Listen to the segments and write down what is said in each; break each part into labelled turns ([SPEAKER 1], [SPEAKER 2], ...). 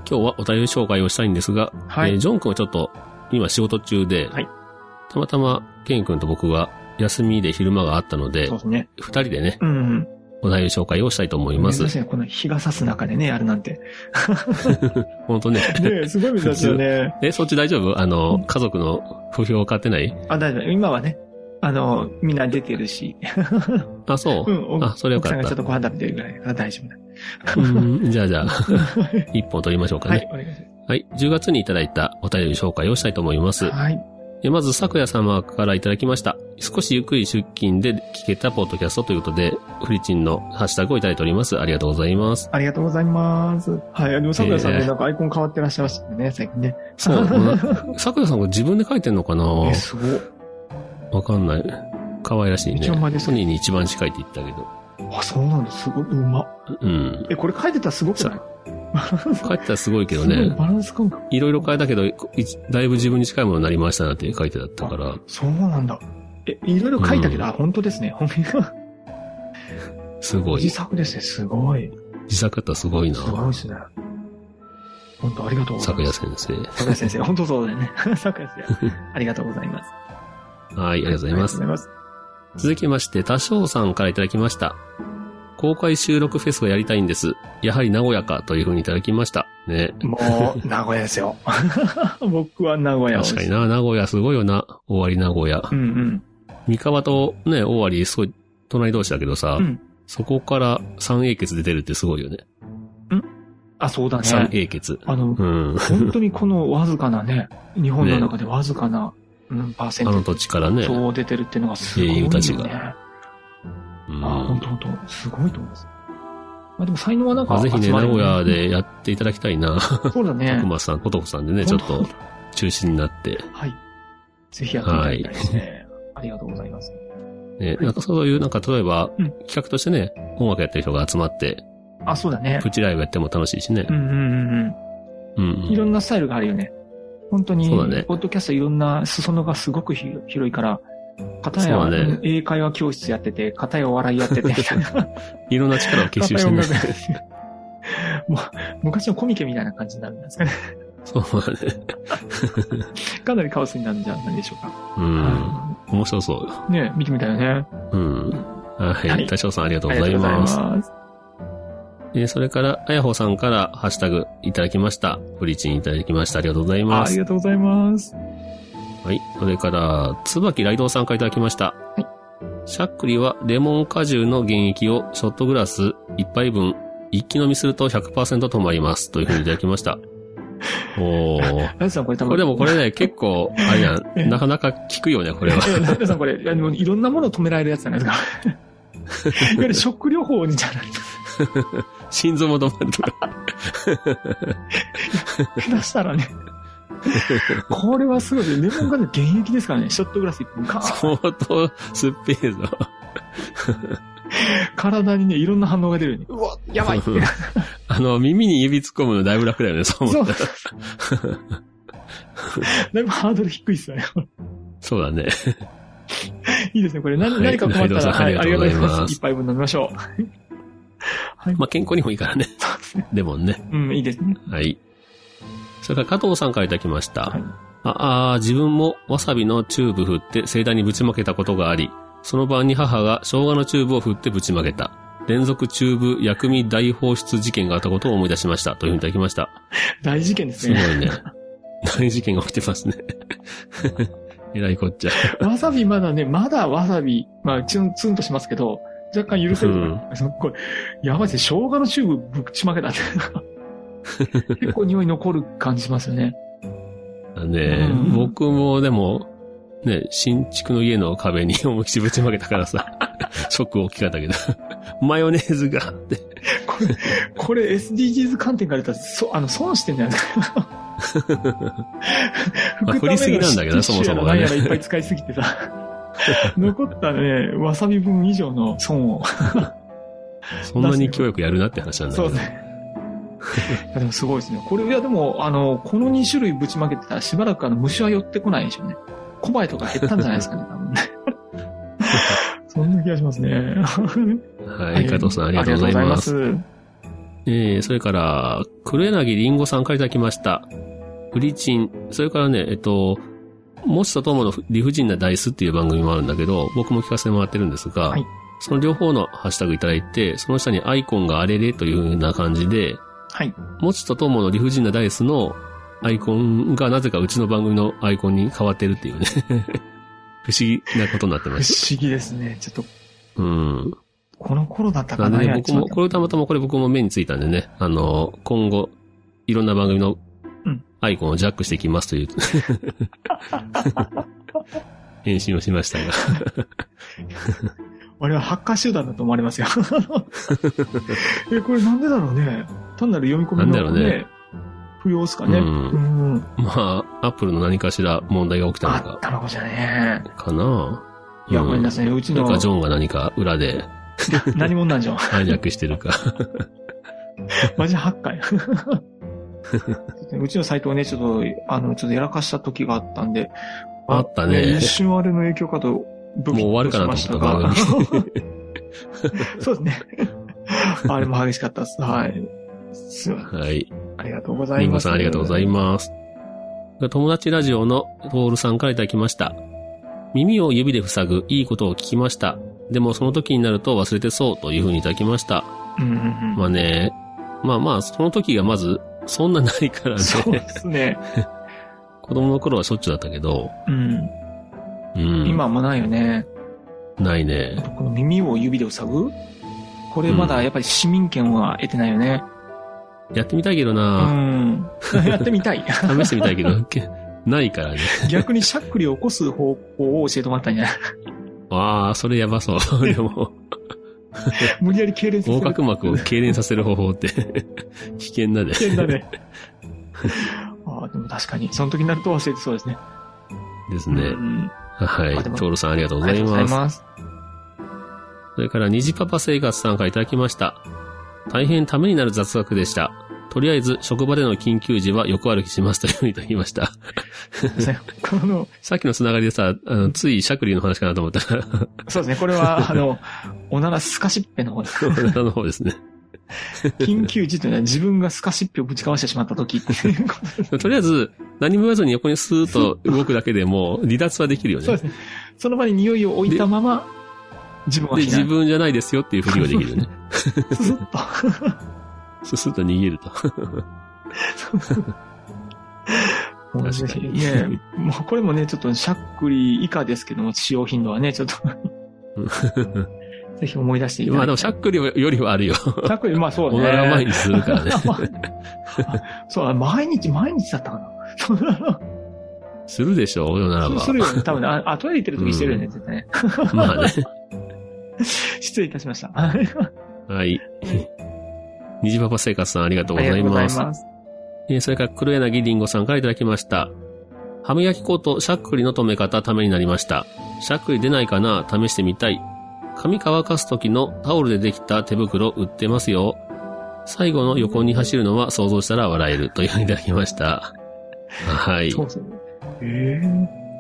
[SPEAKER 1] 今日はお便り紹介をしたいんですが、
[SPEAKER 2] はい
[SPEAKER 1] えージョン君はちょっと今仕事中で、
[SPEAKER 2] はい
[SPEAKER 1] たまたまケン君と僕が休みで昼間があったので
[SPEAKER 2] そう、ですね。
[SPEAKER 1] 二人でね、
[SPEAKER 2] うんうん。
[SPEAKER 1] お便り紹介をしたいと思い
[SPEAKER 2] 珍
[SPEAKER 1] ます
[SPEAKER 2] し。いね。この日が差す中でね、やるなんて。
[SPEAKER 1] 本当ね。
[SPEAKER 2] ねえすごい珍しいよね。
[SPEAKER 1] え、そっち大丈夫あ
[SPEAKER 2] う
[SPEAKER 1] の
[SPEAKER 2] ん、
[SPEAKER 1] 家族の不評を買ってない
[SPEAKER 2] あ、大丈夫。今はね、あの、みんな出てるし。
[SPEAKER 1] あ、そうう。
[SPEAKER 2] ん、お
[SPEAKER 1] あそれよかった
[SPEAKER 2] 奥さんがちょっとご飯食べてるぐらいだから大丈夫だ。
[SPEAKER 1] うん、じゃあ じゃあ、一本取りましょうか
[SPEAKER 2] は
[SPEAKER 1] ね
[SPEAKER 2] い、。お願いし
[SPEAKER 1] はい、10月にいただいたお便り紹介をしたいと思いま
[SPEAKER 2] ますす。。はい。
[SPEAKER 1] えまず、昨夜様からいただきました。少しゆっくり出勤で聞けたポッドキャストということで、フリチンのハッシュタグをいただいております。ありがとうございます。
[SPEAKER 2] ありがとうございます。はい。でも、桜さ
[SPEAKER 1] え
[SPEAKER 2] んね、
[SPEAKER 1] ー
[SPEAKER 2] なんかアイコン変わってらっしゃいましたよね、最近ね。
[SPEAKER 1] そう、 うん昨夜さんが自分で書いてんのかな
[SPEAKER 2] え、すごい。
[SPEAKER 1] わかんない。可愛らしいね。
[SPEAKER 2] 一応前です
[SPEAKER 1] ソニーに一番近いって言ったけど。
[SPEAKER 2] あ、そうなんだ。すごい。うま。
[SPEAKER 1] うん。
[SPEAKER 2] え、これ書いてたらすごくない
[SPEAKER 1] 書いてたらすごいけど
[SPEAKER 2] すごい
[SPEAKER 1] ね。
[SPEAKER 2] バランス感覚。
[SPEAKER 1] いろいろ変えたけど、いだいぶ自分に近いものになりましたなって書いてあったから。
[SPEAKER 2] そうなんだ。え、いろいろ書いたけど、
[SPEAKER 1] うん
[SPEAKER 2] あ、本当ですね。本当に
[SPEAKER 1] すごい。
[SPEAKER 2] 自作ですね。すごい。
[SPEAKER 1] 自作だったらすごい
[SPEAKER 2] すごい
[SPEAKER 1] な。
[SPEAKER 2] ですね。本当ありがとうござい
[SPEAKER 1] 昨
[SPEAKER 2] ま
[SPEAKER 1] 夜
[SPEAKER 2] す。
[SPEAKER 1] 先生。
[SPEAKER 2] 桜井先生、本当そうだよね。桜井先生、ありがとうございます。あ
[SPEAKER 1] はい、ありがとうございます。
[SPEAKER 2] りがとうございます。
[SPEAKER 1] 続きまして、多少さんからいただきました。公開収録フェスをやりたいんです。やはり名古屋かというふうにいただきました。ね。
[SPEAKER 2] もう、名古屋ですよ。 僕は名古屋を。
[SPEAKER 1] 確かに。な、名古屋すごいよな。大割名古屋。
[SPEAKER 2] うんうん。
[SPEAKER 1] 三河とね、大割すごい隣同士だけどさ、
[SPEAKER 2] うん
[SPEAKER 1] そこから三英傑出てるってすごいよね。
[SPEAKER 2] あ、そうだ
[SPEAKER 1] 三
[SPEAKER 2] ね。
[SPEAKER 1] 英傑。
[SPEAKER 2] あの
[SPEAKER 1] う、ん。
[SPEAKER 2] 本当にこのわずかなね、日本の中でわずかな、うん、パーセ
[SPEAKER 1] あの
[SPEAKER 2] ン
[SPEAKER 1] 土地からね。
[SPEAKER 2] ト
[SPEAKER 1] う
[SPEAKER 2] そう出てるっていうのがすご
[SPEAKER 1] 英
[SPEAKER 2] い
[SPEAKER 1] 雄
[SPEAKER 2] よ
[SPEAKER 1] たち
[SPEAKER 2] ね。
[SPEAKER 1] がん。
[SPEAKER 2] あ、本当本当すごいと思います。まあでも才能はなん
[SPEAKER 1] まあ
[SPEAKER 2] か
[SPEAKER 1] ぜひね、
[SPEAKER 2] 集ま
[SPEAKER 1] 名
[SPEAKER 2] るよ
[SPEAKER 1] 古屋でやっていただきたいな。
[SPEAKER 2] そうだね
[SPEAKER 1] 徳。間さん、琴子さんでね、ちょっと
[SPEAKER 2] 本当
[SPEAKER 1] 中心になって。
[SPEAKER 2] はい。ぜひやっていただきたいですね。ありがとうございます。
[SPEAKER 1] ね、なんかそういう、なんか例えば
[SPEAKER 2] うん、
[SPEAKER 1] 企画としてね、音楽やってる人が集まって、
[SPEAKER 2] あ、そうだね。
[SPEAKER 1] プチライブやっても楽しいしね
[SPEAKER 2] う。んうんうん
[SPEAKER 1] うん
[SPEAKER 2] うん。いろんなスタイルがあるよね。本当に、
[SPEAKER 1] そうだね
[SPEAKER 2] ポッドキャストいろんな裾野がすごくひ広いから、片や、
[SPEAKER 1] そうだね
[SPEAKER 2] うん英会話教室やってて、片やお笑いやって て、みたいな。
[SPEAKER 1] いろんな力を結集して
[SPEAKER 2] 片や音
[SPEAKER 1] ね
[SPEAKER 2] 楽。やってて もう、昔のコミケみたいな感じになるんですかね。
[SPEAKER 1] そうだね。
[SPEAKER 2] かなりカオスになるんじゃないでしょうか。
[SPEAKER 1] うん。
[SPEAKER 2] は
[SPEAKER 1] 面白そう。
[SPEAKER 2] いね見てみたいよね。
[SPEAKER 1] うん。
[SPEAKER 2] は
[SPEAKER 1] はい。
[SPEAKER 2] い
[SPEAKER 1] 大将さんありがとう
[SPEAKER 2] あ
[SPEAKER 1] ご
[SPEAKER 2] りが
[SPEAKER 1] ざ
[SPEAKER 2] と
[SPEAKER 1] いう
[SPEAKER 2] ござい
[SPEAKER 1] ます。
[SPEAKER 2] ます。
[SPEAKER 1] えーそれから、あやほさんからハッシュタグいただきました。フリチンいただきました。ありがとうござい
[SPEAKER 2] あ
[SPEAKER 1] ま
[SPEAKER 2] あり
[SPEAKER 1] す。
[SPEAKER 2] がとうございます。
[SPEAKER 1] はい。それから、つばきらいどうさんからいただきました。しゃっくりはレモン果汁の原液をショットグラス1杯分、一気飲みすると100%止まります。というふうにいただきま した。おー。
[SPEAKER 2] ライさんこれ多分。
[SPEAKER 1] これでもこれね、結構、あれや
[SPEAKER 2] ええ
[SPEAKER 1] ん、なかなか効くよね、これは。
[SPEAKER 2] えライドさんこれ、あのいろんなものを止められるやつじゃないですか。 いわゆる食療法にじゃない
[SPEAKER 1] 心臓も止まるとか。
[SPEAKER 2] 下手したらね。これはすごい。レモンがね、現役ですからね。ショットグラス一 本ガーン
[SPEAKER 1] 相当酸っぱいぞ。
[SPEAKER 2] 体にね、いろんな反応が出るよね。うわ、やばいって。
[SPEAKER 1] あの、耳に指突っ込むのだいぶ楽だよね、そう
[SPEAKER 2] そ
[SPEAKER 1] 思
[SPEAKER 2] う
[SPEAKER 1] った。。
[SPEAKER 2] だいぶハードル低いっすよね。
[SPEAKER 1] そうだね。
[SPEAKER 2] いいですね。これ何,、
[SPEAKER 1] はい
[SPEAKER 2] 何か困った
[SPEAKER 1] ライ
[SPEAKER 2] ら、はい、
[SPEAKER 1] ドさん
[SPEAKER 2] あ
[SPEAKER 1] あり
[SPEAKER 2] り
[SPEAKER 1] が
[SPEAKER 2] が
[SPEAKER 1] とう
[SPEAKER 2] とう
[SPEAKER 1] ござい
[SPEAKER 2] ご
[SPEAKER 1] ます
[SPEAKER 2] ざいます。一杯分飲みましょう。はい。
[SPEAKER 1] まあ、健康にもいいからね。
[SPEAKER 2] そうですね。
[SPEAKER 1] でもね。
[SPEAKER 2] うん、いいですね。
[SPEAKER 1] はい。それから加藤さんからいただきました。
[SPEAKER 2] はい
[SPEAKER 1] ああー、自分もわさびのチューブ振って盛大にぶちまけたことがあり、その晩に母が生姜のチューブを振ってぶちまけた。連続チューブ薬味大放出事件があったことを思い出しました。というふうにいただきました。
[SPEAKER 2] 大事件ですす
[SPEAKER 1] ごい
[SPEAKER 2] ね。
[SPEAKER 1] ね。大事件が起きてますね。 えらいこっちゃ。
[SPEAKER 2] わさびまだね、まだわさび、まあ、ツンツンとしますけど、若干許せる。
[SPEAKER 1] うん
[SPEAKER 2] そのこれやばいですね。生姜のチューブぶちま けたって。結構匂い残る感じしますよね。
[SPEAKER 1] ね、
[SPEAKER 2] うん
[SPEAKER 1] 僕もでも、ね、新築の家の壁に思いっきりぶちまけたからさ、 ショック大きかったけど、 マヨネーズがって、
[SPEAKER 2] これ、これ SDGs 観点から言ったら、そ、あの、損してんじゃないですか。
[SPEAKER 1] まあ振りすぎなんだけどね
[SPEAKER 2] ティッシュやら
[SPEAKER 1] そもそもがね
[SPEAKER 2] 何やらいっぱい使いすぎてさ。 残ったね、わさび分以上の損を。
[SPEAKER 1] そんなに教育やるなって話なんだけ
[SPEAKER 2] そう
[SPEAKER 1] ど。
[SPEAKER 2] です ね。いやでもすごいですね。これ、いやでも、あの、この2種類ぶちまけてたらしばらくあの虫は寄ってこないでしょうね。コバエとか減ったんじゃないで すかね、多分ね。そんな気がしますね。
[SPEAKER 1] はい、加藤さんありがとうございます。
[SPEAKER 2] ありがとうございます。
[SPEAKER 1] えー、それから、黒柳りんごさんからいただきました。フリチン。それからね、えっと、もしとともの理不尽なダイスっていう番組もあるんだけど、僕も聞かせてもらってるんですが、
[SPEAKER 2] はい
[SPEAKER 1] その両方のハッシュタグいただいて、その下にアイコンがあれれという風な感じで、
[SPEAKER 2] はい。
[SPEAKER 1] もちとともの理不尽なダイスのアイコンがなぜかうちの番組のアイコンに変わってるっていうね。 不思議なことになって
[SPEAKER 2] 不
[SPEAKER 1] まし
[SPEAKER 2] 思議ですね。ちょっと、
[SPEAKER 1] た。うん。
[SPEAKER 2] この頃だった
[SPEAKER 1] な
[SPEAKER 2] か
[SPEAKER 1] ん
[SPEAKER 2] な、
[SPEAKER 1] でね、
[SPEAKER 2] やっ
[SPEAKER 1] 僕
[SPEAKER 2] ちまっ
[SPEAKER 1] も、
[SPEAKER 2] た
[SPEAKER 1] これたまたまこれ僕も目についたんでね、あの、今後、いろんな番組の
[SPEAKER 2] うん
[SPEAKER 1] アイコンをジャックしていきます という、返信をしましたが。
[SPEAKER 2] 我々ハッカー集団だと思われます よ。え、これなんでだろうね。単なる読み込み
[SPEAKER 1] なんだろ
[SPEAKER 2] の、
[SPEAKER 1] うね
[SPEAKER 2] ね、不要ですかね。
[SPEAKER 1] う
[SPEAKER 2] うんん。
[SPEAKER 1] まあ、アップルの何かしら問題が起きた
[SPEAKER 2] あ
[SPEAKER 1] の
[SPEAKER 2] っ
[SPEAKER 1] か、
[SPEAKER 2] たのかじゃね。
[SPEAKER 1] かなう
[SPEAKER 2] いや、ごめんなさい。うち
[SPEAKER 1] それ
[SPEAKER 2] の
[SPEAKER 1] か、ジョンが何か裏で
[SPEAKER 2] 何者なんじゃん。
[SPEAKER 1] 暗躍してるか。
[SPEAKER 2] マジハッカーや。ちょっ とねうちのサイトをね、ちょっと、あの、ちょっとやらかした時があったんで。
[SPEAKER 1] あったね
[SPEAKER 2] 一瞬あれの影響かと、武器
[SPEAKER 1] もう終わるかな
[SPEAKER 2] し
[SPEAKER 1] と
[SPEAKER 2] ま
[SPEAKER 1] 思った
[SPEAKER 2] し たがそうですね。あれも激しかったです。はい。すいません
[SPEAKER 1] はい。
[SPEAKER 2] ありがとうござ
[SPEAKER 1] リ
[SPEAKER 2] い
[SPEAKER 1] ンゴ
[SPEAKER 2] ます。
[SPEAKER 1] さんありがとうございます。友達ラジオのトールさんからいただきました。耳を指で塞ぐいいことを聞きました。でもその時になると忘れてそうというふうにいただきました。
[SPEAKER 2] うんうんうん
[SPEAKER 1] まあね、まあまあ、その時がまずそんなないから
[SPEAKER 2] そう
[SPEAKER 1] ね。
[SPEAKER 2] ですね。
[SPEAKER 1] 子供の頃はしょっちゅうだったけど、
[SPEAKER 2] うん。
[SPEAKER 1] うん。
[SPEAKER 2] 今あんまないよね。
[SPEAKER 1] ないね。
[SPEAKER 2] この耳を指で塞ぐこれまだやっぱり市民権は得てないよね。
[SPEAKER 1] やってみたいけど
[SPEAKER 2] う
[SPEAKER 1] な、
[SPEAKER 2] ん。やってみたい。
[SPEAKER 1] 試してみたいけど、 けないからね。
[SPEAKER 2] 逆にしゃっくりを起こす方法を教えてもらったんじゃない
[SPEAKER 1] ああ、それやばそう。で も、
[SPEAKER 2] 無理やり痙攣させる。
[SPEAKER 1] 横隔膜を痙攣させる方法って、 危険だで。
[SPEAKER 2] 危険だね。 ああ、でも確かに。その時になると忘れてそうですね。
[SPEAKER 1] ですね。
[SPEAKER 2] うん
[SPEAKER 1] はい。
[SPEAKER 2] あでも
[SPEAKER 1] トールさんありがとうご
[SPEAKER 2] あ
[SPEAKER 1] ざ
[SPEAKER 2] り
[SPEAKER 1] い
[SPEAKER 2] がとうござ
[SPEAKER 1] ま
[SPEAKER 2] い
[SPEAKER 1] す。
[SPEAKER 2] ます。
[SPEAKER 1] それから、虹パパ生活さんからいただきました。大変ためになる雑学でした。とりあえず、職場での緊急時は横歩きしますというふうにいただきました。
[SPEAKER 2] すいません この、
[SPEAKER 1] さっきのつながりでさ、あのついシャクリーの話かなと 思ったら、
[SPEAKER 2] そうですね。こ れは、あの、おならすかしっぺの方です。
[SPEAKER 1] あなたの方ですね。
[SPEAKER 2] 緊急時というのは自分がすかしっぺをぶちかわしてしまった時っていうことですね
[SPEAKER 1] とりあえず、何も言わずに横にスーッと動くだけでも、離脱はできるよね。
[SPEAKER 2] そうですね。その場に匂いを置いたまま、自分は
[SPEAKER 1] で、
[SPEAKER 2] 避難
[SPEAKER 1] 自分じゃないですよっていうふりはできる よね。
[SPEAKER 2] ずっと。
[SPEAKER 1] スーッと逃げる と。
[SPEAKER 2] もう
[SPEAKER 1] 確
[SPEAKER 2] ぜ
[SPEAKER 1] か
[SPEAKER 2] ひ
[SPEAKER 1] に
[SPEAKER 2] ね、もうこれもね、ちょっとしゃっくり以下ですけども、使用頻度はね、ちょっと ぜひ思い出していた
[SPEAKER 1] ま
[SPEAKER 2] だ
[SPEAKER 1] あ
[SPEAKER 2] い
[SPEAKER 1] で
[SPEAKER 2] て。
[SPEAKER 1] も、シャクリーよりはあるよ。
[SPEAKER 2] しゃっくり、まあそうね。
[SPEAKER 1] おなら前にするからね。
[SPEAKER 2] そう、毎日毎日だったかな。そう
[SPEAKER 1] するでしょう、よならば。
[SPEAKER 2] するよね、多分ね。あ、あトイレ行ってる時してるよね、絶対ね。
[SPEAKER 1] まあね。
[SPEAKER 2] 失礼いたしました。
[SPEAKER 1] はい。虹パパ生活さんありがとうござい
[SPEAKER 2] あ
[SPEAKER 1] ま
[SPEAKER 2] り
[SPEAKER 1] す。
[SPEAKER 2] がとうございます。
[SPEAKER 1] えーそれから黒柳りんごさんからいただきました。歯磨き粉としゃっくりの止め方ためになりました。しゃっくり出ないかな試してみたい。髪乾かす時のタオルでできた手袋売ってますよ。最後の横に走るのは想像したら笑えるというふうにいただきました。はい。
[SPEAKER 2] そうそう。ええ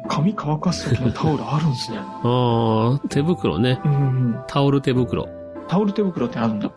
[SPEAKER 2] 髪乾かす時のタオルあるんですね。
[SPEAKER 1] あー手袋ね。
[SPEAKER 2] うんうん。
[SPEAKER 1] タオル手袋。
[SPEAKER 2] タオル手袋ってあるんだ。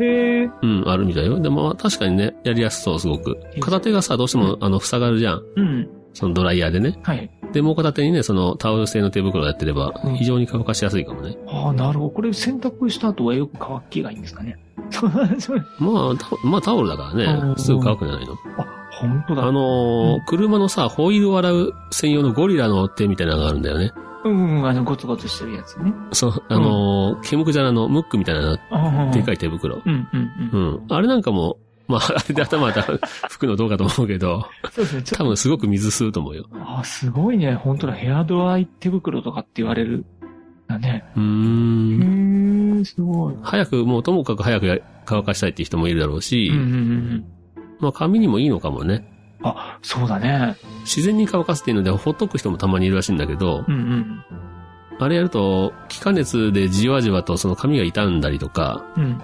[SPEAKER 2] へえ。
[SPEAKER 1] うん、あるみたいよ。でもまあ確かにね、やりやすそう、すごく。片手がさ、どうしても、あの、塞がるじゃん。
[SPEAKER 2] うん。
[SPEAKER 1] そのドライヤーでね。
[SPEAKER 2] はい。
[SPEAKER 1] で、もう片手にね、そのタオル製の手袋をやってれば
[SPEAKER 2] う、ん
[SPEAKER 1] 非常に乾かしやすいかもね。
[SPEAKER 2] ああ、なるほど。これ洗濯した後はよく乾きがいいんです かね。そうそう
[SPEAKER 1] まあ、タオまあタオルだから
[SPEAKER 2] う
[SPEAKER 1] ね、
[SPEAKER 2] ん
[SPEAKER 1] すぐ乾くんじゃないの。
[SPEAKER 2] あ、本当だ。
[SPEAKER 1] あのー車のさ、ホイールを洗う専用のゴリラの手みたいなのがあるんだよね。
[SPEAKER 2] うん、うん、あの、ゴツゴツしてるやつね。
[SPEAKER 1] そう、あのー、毛むくじゃらのムックみたいな、
[SPEAKER 2] ああ
[SPEAKER 1] でかい手袋。
[SPEAKER 2] うん、うん、
[SPEAKER 1] うん。あれなんかも、 まあ、あれで頭だ、拭くのどうかと思うけど、
[SPEAKER 2] そうですね、ち
[SPEAKER 1] 多
[SPEAKER 2] ょっ
[SPEAKER 1] 分すごく水吸うと思うよ。
[SPEAKER 2] と。あ、すごいね。本当だ。ヘアドライ手袋とかって言われる。だね。
[SPEAKER 1] うー
[SPEAKER 2] へ
[SPEAKER 1] ん。
[SPEAKER 2] ー、すごい。
[SPEAKER 1] 早く、もうともかく早くや乾かしたいっていう人もいるだろうし、
[SPEAKER 2] うんうんうんうん。
[SPEAKER 1] まあ髪にもいいのかもね。
[SPEAKER 2] あ、そうだね。
[SPEAKER 1] 自然に乾かすっていうので、ほっとく人もたまにいるらしいんだけど
[SPEAKER 2] う、んうん。
[SPEAKER 1] あれやると、気化熱でじわじわとその髪が傷んだりとか、
[SPEAKER 2] うん。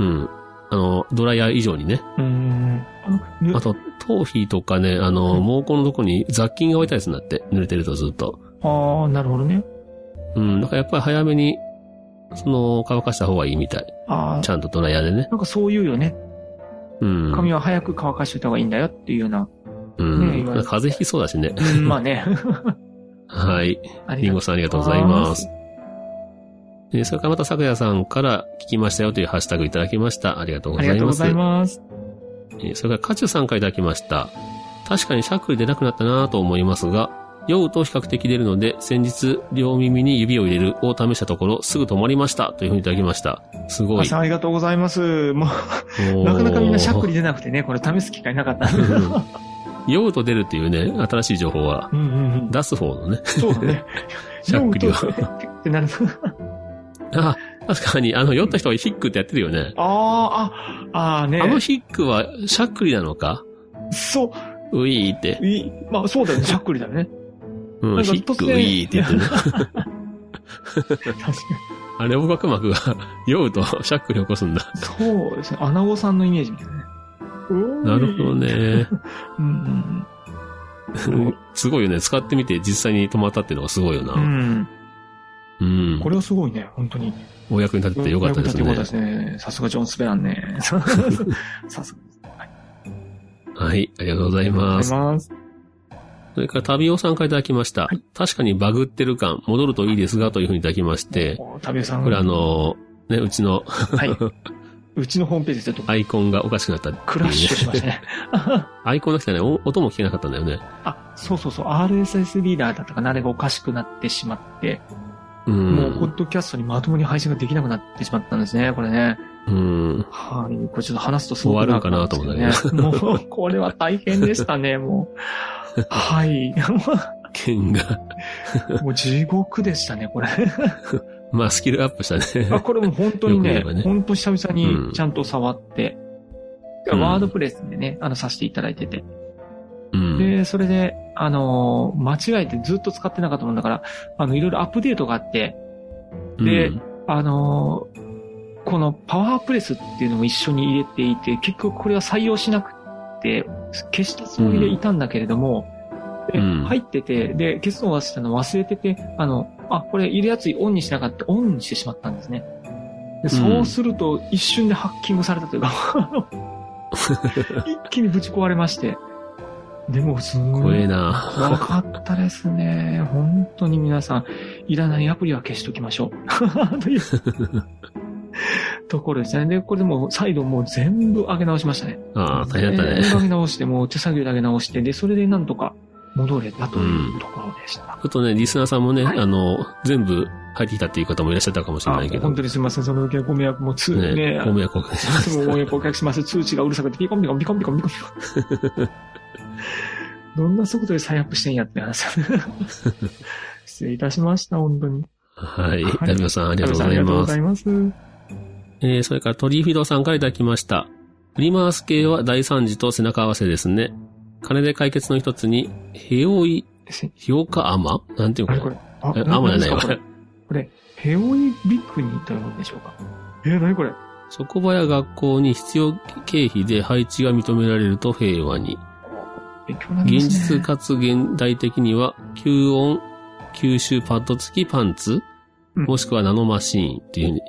[SPEAKER 1] うん。あの、ドライヤー以上にね。
[SPEAKER 2] うんうんうん。あの、ぬ
[SPEAKER 1] あと、頭皮とかね、あの、
[SPEAKER 2] うん
[SPEAKER 1] 毛根のとこに雑菌が置いたりするんだって、濡れてるとずっと。
[SPEAKER 2] ああ、なるほどね。
[SPEAKER 1] うん、だからやっぱり早めに、その、乾かした方がいいみたい。
[SPEAKER 2] あ
[SPEAKER 1] ち
[SPEAKER 2] あ、
[SPEAKER 1] ゃんとドライヤーでね。
[SPEAKER 2] なんかそういうよね。
[SPEAKER 1] うん。
[SPEAKER 2] 髪は早く乾かしておいた方がいいんだよっていうような。
[SPEAKER 1] うん。
[SPEAKER 2] ねえ
[SPEAKER 1] 風邪ひきそうだしね。
[SPEAKER 2] うん、まあ ね。
[SPEAKER 1] はい。
[SPEAKER 2] あり
[SPEAKER 1] リン
[SPEAKER 2] が
[SPEAKER 1] ゴ
[SPEAKER 2] と
[SPEAKER 1] さんありがとうございます。えーそれからまた、咲夜さんから聞きましたよというハッシュタグいただきました。ありがとう
[SPEAKER 2] う。
[SPEAKER 1] ご
[SPEAKER 2] あ
[SPEAKER 1] ざ
[SPEAKER 2] りが
[SPEAKER 1] い
[SPEAKER 2] とうご
[SPEAKER 1] ます。
[SPEAKER 2] ざいます。
[SPEAKER 1] えーそれから、カチュさんからいただきました。確かにしゃっくり出なくなったなぁと思いますが、酔うと比較的出るので、先日、両耳に指を入れるを試したところ、すぐ止まりましたというふうにいただきました。すご
[SPEAKER 2] あ
[SPEAKER 1] い。
[SPEAKER 2] さんありがとうございます。もう、な
[SPEAKER 1] な
[SPEAKER 2] かなかみんなしゃっくり出なくてね、これ試す機会なかった。
[SPEAKER 1] 酔うと出るっていうね、新しい情報は、
[SPEAKER 2] うんうんうん。
[SPEAKER 1] 出す方のね、
[SPEAKER 2] そう だね。
[SPEAKER 1] しゃっくりは
[SPEAKER 2] でも音がピッてなる。
[SPEAKER 1] あ、確かに、あの、酔った人はヒックってやってるよね。
[SPEAKER 2] あーあ、ああーね。
[SPEAKER 1] あのヒックは、しゃっくりなのか
[SPEAKER 2] そう
[SPEAKER 1] いーって
[SPEAKER 2] う。。いまあそうだよね。しゃっくりだ よね。
[SPEAKER 1] う、
[SPEAKER 2] なんんか
[SPEAKER 1] ヒッ
[SPEAKER 2] 突
[SPEAKER 1] ク、
[SPEAKER 2] 然
[SPEAKER 1] ういーって言ってるね。
[SPEAKER 2] 確かに。
[SPEAKER 1] あれ、横隔膜が酔うとしゃっくり起こすんだ。
[SPEAKER 2] そうですね。穴子さんのイメージみたいなね。うおーい
[SPEAKER 1] なるほど。ね。
[SPEAKER 2] うん
[SPEAKER 1] すごいよね。使ってみて実際に止まったっていうのがすごいよ
[SPEAKER 2] うんう
[SPEAKER 1] な。
[SPEAKER 2] ん。
[SPEAKER 1] う
[SPEAKER 2] うんん。こ。れはすごいね、本当に。
[SPEAKER 1] お役に立ててよかったです
[SPEAKER 2] 役
[SPEAKER 1] ね
[SPEAKER 2] 立。ってよかったですね。さすがジョン・スペランね。さす が。
[SPEAKER 1] はい、ありがとうございま
[SPEAKER 2] ありがとうご
[SPEAKER 1] す
[SPEAKER 2] ざ。います。
[SPEAKER 1] それから、旅尾さんからいただきました。確かにバグってる感、戻るといいですが、というふうにいただきまして、
[SPEAKER 2] お旅さん。
[SPEAKER 1] これあ、の、ね、うちの
[SPEAKER 2] はい。うちのホームページでちょっと
[SPEAKER 1] アイコンがおかしくなったっていうね
[SPEAKER 2] クラッシュしましたね。
[SPEAKER 1] アイコンなくてね、お音も聞けなかったんだよね。
[SPEAKER 2] あ、そうそうそう。RSS リーダーだったかなあれがおかしくなってしまって、
[SPEAKER 1] う
[SPEAKER 2] もう、ポ
[SPEAKER 1] ん。
[SPEAKER 2] ッドキャストにまともに配信ができなくなってしまったんですね、これね。
[SPEAKER 1] うん。
[SPEAKER 2] はい。これちょっと話すとすごく
[SPEAKER 1] 終わるんかなと思った
[SPEAKER 2] けどね。もう、これは大変でしたね、もう。はい。
[SPEAKER 1] 剣が。
[SPEAKER 2] もう地獄でしたね、これ。
[SPEAKER 1] まあ、スキルアップした
[SPEAKER 2] あ
[SPEAKER 1] ね。
[SPEAKER 2] これも本当に
[SPEAKER 1] よ
[SPEAKER 2] ね
[SPEAKER 1] く言えばね、
[SPEAKER 2] 本当久々
[SPEAKER 1] うん
[SPEAKER 2] にちゃんと触って、
[SPEAKER 1] うん
[SPEAKER 2] ワードプレスでね、あの、させていただいてて。
[SPEAKER 1] うん。
[SPEAKER 2] で、それで、あのー間違えてずっと使ってなかったもんだから、あの、いろいろアップデートがあって、で
[SPEAKER 1] うん
[SPEAKER 2] あのーこのパワープレスっていうのも一緒に入れていて、結局これは採用しなくて、消したつもりでいたんだけれども、で
[SPEAKER 1] うん
[SPEAKER 2] 入ってて、で、消すのを忘れたの忘れてて、あの、あ、これいるやつオンにしなかった、オンにしてしまったんですね。でそうすると一瞬でハッキングされたというか、 一気にぶち壊れまして。でも、すんご
[SPEAKER 1] 怖
[SPEAKER 2] い
[SPEAKER 1] えな。
[SPEAKER 2] 怖かったですね。本当に皆さん、いらないアプリは消しとき ましょう。というところですね。で、これでもう再度もう全部上げ直しましたね。
[SPEAKER 1] ああ、大変だった
[SPEAKER 2] 全部
[SPEAKER 1] ね。
[SPEAKER 2] 上げ直して、もう手作業だけ直して、で、それでなんとか戻れたというところでした。
[SPEAKER 1] ちょっとね、リスナーさんもね、
[SPEAKER 2] はい
[SPEAKER 1] あの、全部入ってきたっていう方もいらっしゃったかもしれ
[SPEAKER 2] あ
[SPEAKER 1] ないけど。
[SPEAKER 2] 本当にすみません。その時はご迷惑もつ、ね、
[SPEAKER 1] ね、ご迷惑をおかけしま
[SPEAKER 2] いつ
[SPEAKER 1] し
[SPEAKER 2] も
[SPEAKER 1] た
[SPEAKER 2] ご迷惑お客します。通知がうるさくて、ピコンピコンピコンピコン ピコンピコン。どんな速度で再アップしてんやって話。 失礼いたしました、本当に。
[SPEAKER 1] はい
[SPEAKER 2] はい。
[SPEAKER 1] ダビオさん、あ
[SPEAKER 2] あ
[SPEAKER 1] りがとうございます。
[SPEAKER 2] りがとうございます。
[SPEAKER 1] えー、それからトリフィドさんからいただきました。振り回す系は大惨事と背中合わせですね。金で解決の一つに、ヘオイ、
[SPEAKER 2] です
[SPEAKER 1] ヘオカアマなんていう
[SPEAKER 2] あれ
[SPEAKER 1] の
[SPEAKER 2] こ
[SPEAKER 1] か
[SPEAKER 2] れ。あ
[SPEAKER 1] えアマじゃないわ
[SPEAKER 2] これ。これ、ヘオイビッグにということでしょうか。えー、何これ
[SPEAKER 1] 職場や学校に必要経費で配置が認められると平和に。
[SPEAKER 2] 勉強になりま
[SPEAKER 1] 現
[SPEAKER 2] す、ね。
[SPEAKER 1] 実かつ現代的には、吸音、吸収パッド付きパンツ、
[SPEAKER 2] うん
[SPEAKER 1] もしくはナノマシーンっていうふうに。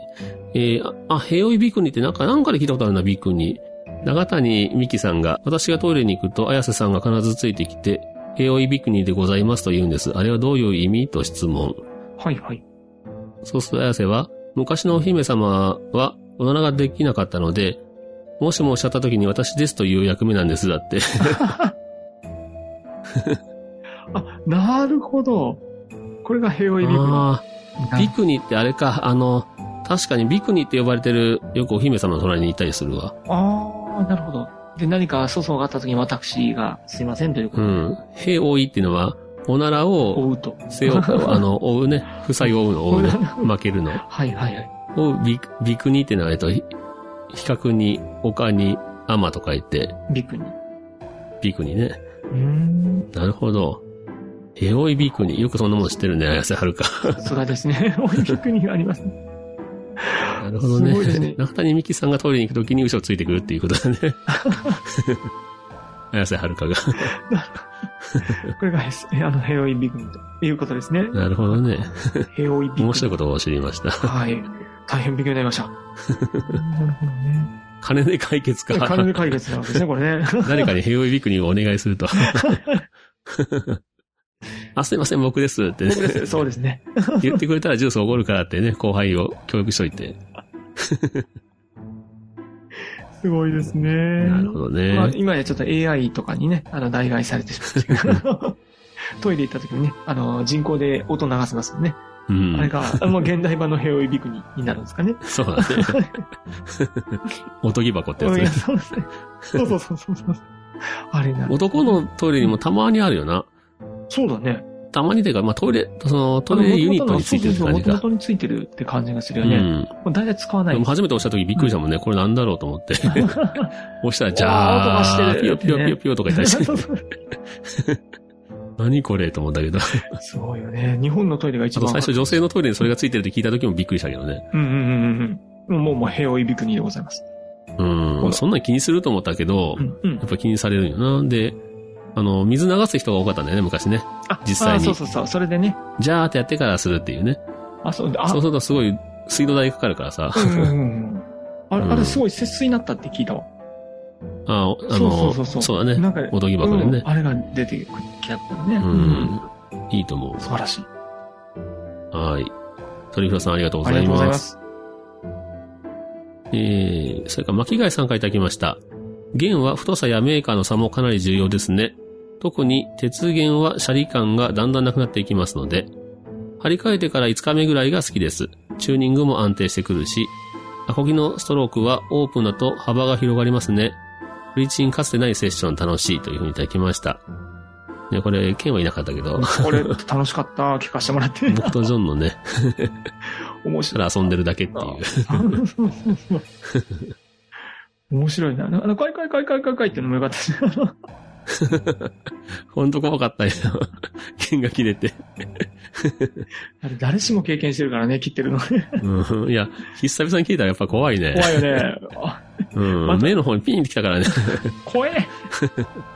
[SPEAKER 1] えーあ、あヘオイビクニってなんか、なんかで聞いたことあるな、ビクニ。長谷美希さんが、私がトイレに行くと、綾瀬さんが必ずついてきて、ヘオイビクニでございますと言うんです。あれはどういう意味と質問。
[SPEAKER 2] はいはい。
[SPEAKER 1] そうすると綾瀬は、昔のお姫様は、おならができなかったので、もしもおっしゃった時に私ですという役目なんです、だって。
[SPEAKER 2] あ、なるほど。これがヘオイビッグ
[SPEAKER 1] あ
[SPEAKER 2] の。
[SPEAKER 1] ービクニってあれか、あの、確かにビクニって呼ばれてる、よくお姫様の隣にいたりするわ。
[SPEAKER 2] あああ、なるほど。で、何か粗相があった時に私が、すいませんというこ
[SPEAKER 1] う
[SPEAKER 2] とを
[SPEAKER 1] ん。兵多いっていうのは、おならを、
[SPEAKER 2] 追うと。
[SPEAKER 1] 背を、 あの、追うね。負債を追うの、追うね。負けるの。
[SPEAKER 2] はいはいはい。
[SPEAKER 1] を、び、びくにっていうのは、えっと、ひ比較に、他に、あまと書いて、
[SPEAKER 2] ビクに。
[SPEAKER 1] びくにね。
[SPEAKER 2] うーん。
[SPEAKER 1] なるほど。エオイビークに、よくそんなもの知ってるね、綾瀬はるか。
[SPEAKER 2] それはですね、 オリンピックにありますね。
[SPEAKER 1] なるほどね。
[SPEAKER 2] すごいですね
[SPEAKER 1] 中谷美紀さんがトイレに行くときに嘘をついてくるっていうこと だね。 綾瀬はるかが。
[SPEAKER 2] これがヘス、えあの、ヘオイビクにということで すね。
[SPEAKER 1] なるほどね。
[SPEAKER 2] ヘオイビク
[SPEAKER 1] 面白い
[SPEAKER 2] い。
[SPEAKER 1] ことを知りました。
[SPEAKER 2] はい。大変勉強になりました。なるほどね。
[SPEAKER 1] 金で解決か。
[SPEAKER 2] 完全解決なわけですね、こ れね。
[SPEAKER 1] 誰かにヘオイビクにお願いす ると。あ、すいません、僕ですってね
[SPEAKER 2] 僕。ですそうですね。
[SPEAKER 1] 言ってくれたらジュースおごるからってね、後輩を教育しといて。
[SPEAKER 2] すごいですね。
[SPEAKER 1] なるほどね。
[SPEAKER 2] まあ、今やちょっと AI とかにね、あの、代替されてしま って。トイレ行った時にね、あの、人工で音流せますよね。
[SPEAKER 1] う
[SPEAKER 2] あれ
[SPEAKER 1] ん。
[SPEAKER 2] が、まあ、現代版のヘオイビクにになるんですかね。
[SPEAKER 1] そうだね。おとぎ箱ってやつ
[SPEAKER 2] いや
[SPEAKER 1] ね。
[SPEAKER 2] そうですね。そうそうそうそうそう。あれな。
[SPEAKER 1] 男のトイレにもたまにあるよな。
[SPEAKER 2] そうだね。
[SPEAKER 1] たまにというか、まあトイレ、そのトイレユニットについてるって感じ
[SPEAKER 2] 元
[SPEAKER 1] か。
[SPEAKER 2] 々についてるって感じがする
[SPEAKER 1] う
[SPEAKER 2] よね。
[SPEAKER 1] ん。
[SPEAKER 2] もう大体使わな
[SPEAKER 1] で
[SPEAKER 2] い
[SPEAKER 1] も。初めて押した時びっくりしたもんね。これなんだろうと思って。押したら、じゃ
[SPEAKER 2] わー音が
[SPEAKER 1] あ
[SPEAKER 2] し、
[SPEAKER 1] ピ
[SPEAKER 2] てる
[SPEAKER 1] ヨピヨピヨピヨとか言ったりし
[SPEAKER 2] そう
[SPEAKER 1] て。
[SPEAKER 2] そう
[SPEAKER 1] 何これと思った けど。あ
[SPEAKER 2] すごいよね。日本のトイレが一
[SPEAKER 1] と
[SPEAKER 2] 番。
[SPEAKER 1] 最初女性のトイレにそれがついてるって聞いた時もびっくりしたけどね。
[SPEAKER 2] うんうんうんうん。もう、もう、ヘオイビクニでございます。
[SPEAKER 1] うん。そんなん気にすると思ったけど
[SPEAKER 2] う、んうん
[SPEAKER 1] や。っぱ気にされるんよな。で、あの、水流す人が多かったんだよね、昔ね。
[SPEAKER 2] あ
[SPEAKER 1] 実際に
[SPEAKER 2] あそうそうそう。それでね。
[SPEAKER 1] じゃーってやってからするっていうね。
[SPEAKER 2] あ、そう、あ、
[SPEAKER 1] そうするとすごい水道代かかるからさ。
[SPEAKER 2] うんうんうんうん。あ
[SPEAKER 1] うん
[SPEAKER 2] れ、あれすごい節水になったって聞いたわ。
[SPEAKER 1] ああ
[SPEAKER 2] そ
[SPEAKER 1] の、
[SPEAKER 2] うそうそうそう
[SPEAKER 1] だね。
[SPEAKER 2] なんか、
[SPEAKER 1] おとぎ箱でね
[SPEAKER 2] うんあれが出てきたからね。
[SPEAKER 1] うん。いいと思
[SPEAKER 2] 素晴らしい。
[SPEAKER 1] う。はい。鳥広さんありがとうご
[SPEAKER 2] あり
[SPEAKER 1] ざ
[SPEAKER 2] がと
[SPEAKER 1] いう
[SPEAKER 2] ござい
[SPEAKER 1] ま。
[SPEAKER 2] ます す。
[SPEAKER 1] えー、それから巻貝さんからいただきました。弦は太さやメーカーの差もかなり重要ですね。特に鉄弦はシャリ感がだんだんなくなっていきますので、張り替えてから5日目ぐらいが好きです。チューニングも安定してくるし、アコギのストロークはオープンだと幅が広がりますね。フリチンかつてないセッション楽しいというふうにいただきました。ね、これ、剣はいなかったけ ど、
[SPEAKER 2] これ、楽しかった。聞かせてもらって。
[SPEAKER 1] 僕とジョンのね、
[SPEAKER 2] 面
[SPEAKER 1] た
[SPEAKER 2] 白い。
[SPEAKER 1] だ遊んでるだけっていう。
[SPEAKER 2] そうそうそう面白いな。あの、かいかいかいかいかいかいってのもよかったし。
[SPEAKER 1] ほんと怖かったよ。 剣が切れて。
[SPEAKER 2] あれ誰しも経験してるからね、切ってるのね。
[SPEAKER 1] うん。いや、久々に聞いたらやっぱ怖いね。
[SPEAKER 2] 怖い よね。あ
[SPEAKER 1] う
[SPEAKER 2] ま
[SPEAKER 1] ん。
[SPEAKER 2] た
[SPEAKER 1] 目の方にピンってきた からね。
[SPEAKER 2] 怖え。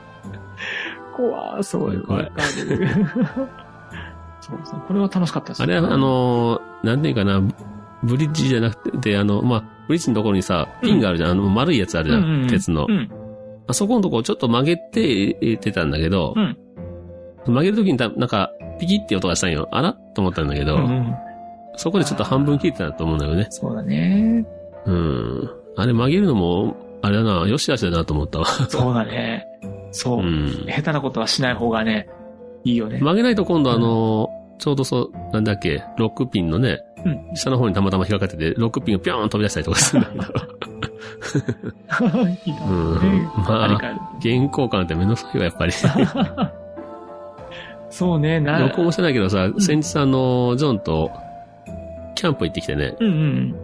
[SPEAKER 2] 怖そう。
[SPEAKER 1] 怖い怖い
[SPEAKER 2] わかるそうそう。これは楽しかったです
[SPEAKER 1] あれは、あ、のー、なんていうかな、ブリッジじゃなくて、あの、まあ、ブリッジのところにさ、ピンがあるじゃん。あの、丸いやつあるじゃ
[SPEAKER 2] うんうん
[SPEAKER 1] ん。鉄の
[SPEAKER 2] う。ん。
[SPEAKER 1] あそこのとこちょっと曲げて入れてたんだけど
[SPEAKER 2] うん、
[SPEAKER 1] 曲げるときにたなんか、ピキって音がしたんよ。あらと思ったんだけ
[SPEAKER 2] う
[SPEAKER 1] ど、
[SPEAKER 2] んうん
[SPEAKER 1] そこでちょっと半分切れてたと思うんだよね。
[SPEAKER 2] そうだね。
[SPEAKER 1] うん。あれ曲げるのも、あれだな、よしあしだなと思ったわ。
[SPEAKER 2] そうだね。そうう。
[SPEAKER 1] ん。
[SPEAKER 2] 下手なことはしない方がね、いいよね。
[SPEAKER 1] 曲げないと今度あの、ちょうどそう、なんだっけ、ロックピンのね、
[SPEAKER 2] うん
[SPEAKER 1] 下の方にたまたま引っかかってて、ロックピンがピョーン飛び出したりとか するんだけど。
[SPEAKER 2] いい
[SPEAKER 1] う
[SPEAKER 2] な。
[SPEAKER 1] ん
[SPEAKER 2] ね
[SPEAKER 1] まあ
[SPEAKER 2] ありかよ
[SPEAKER 1] 原稿感ってめんどくさいわ、やっ ぱり。
[SPEAKER 2] そうね、な
[SPEAKER 1] 録音もしてないけどさ、先日あの、ジョンと、キャンプ行ってきてね、
[SPEAKER 2] うんうん。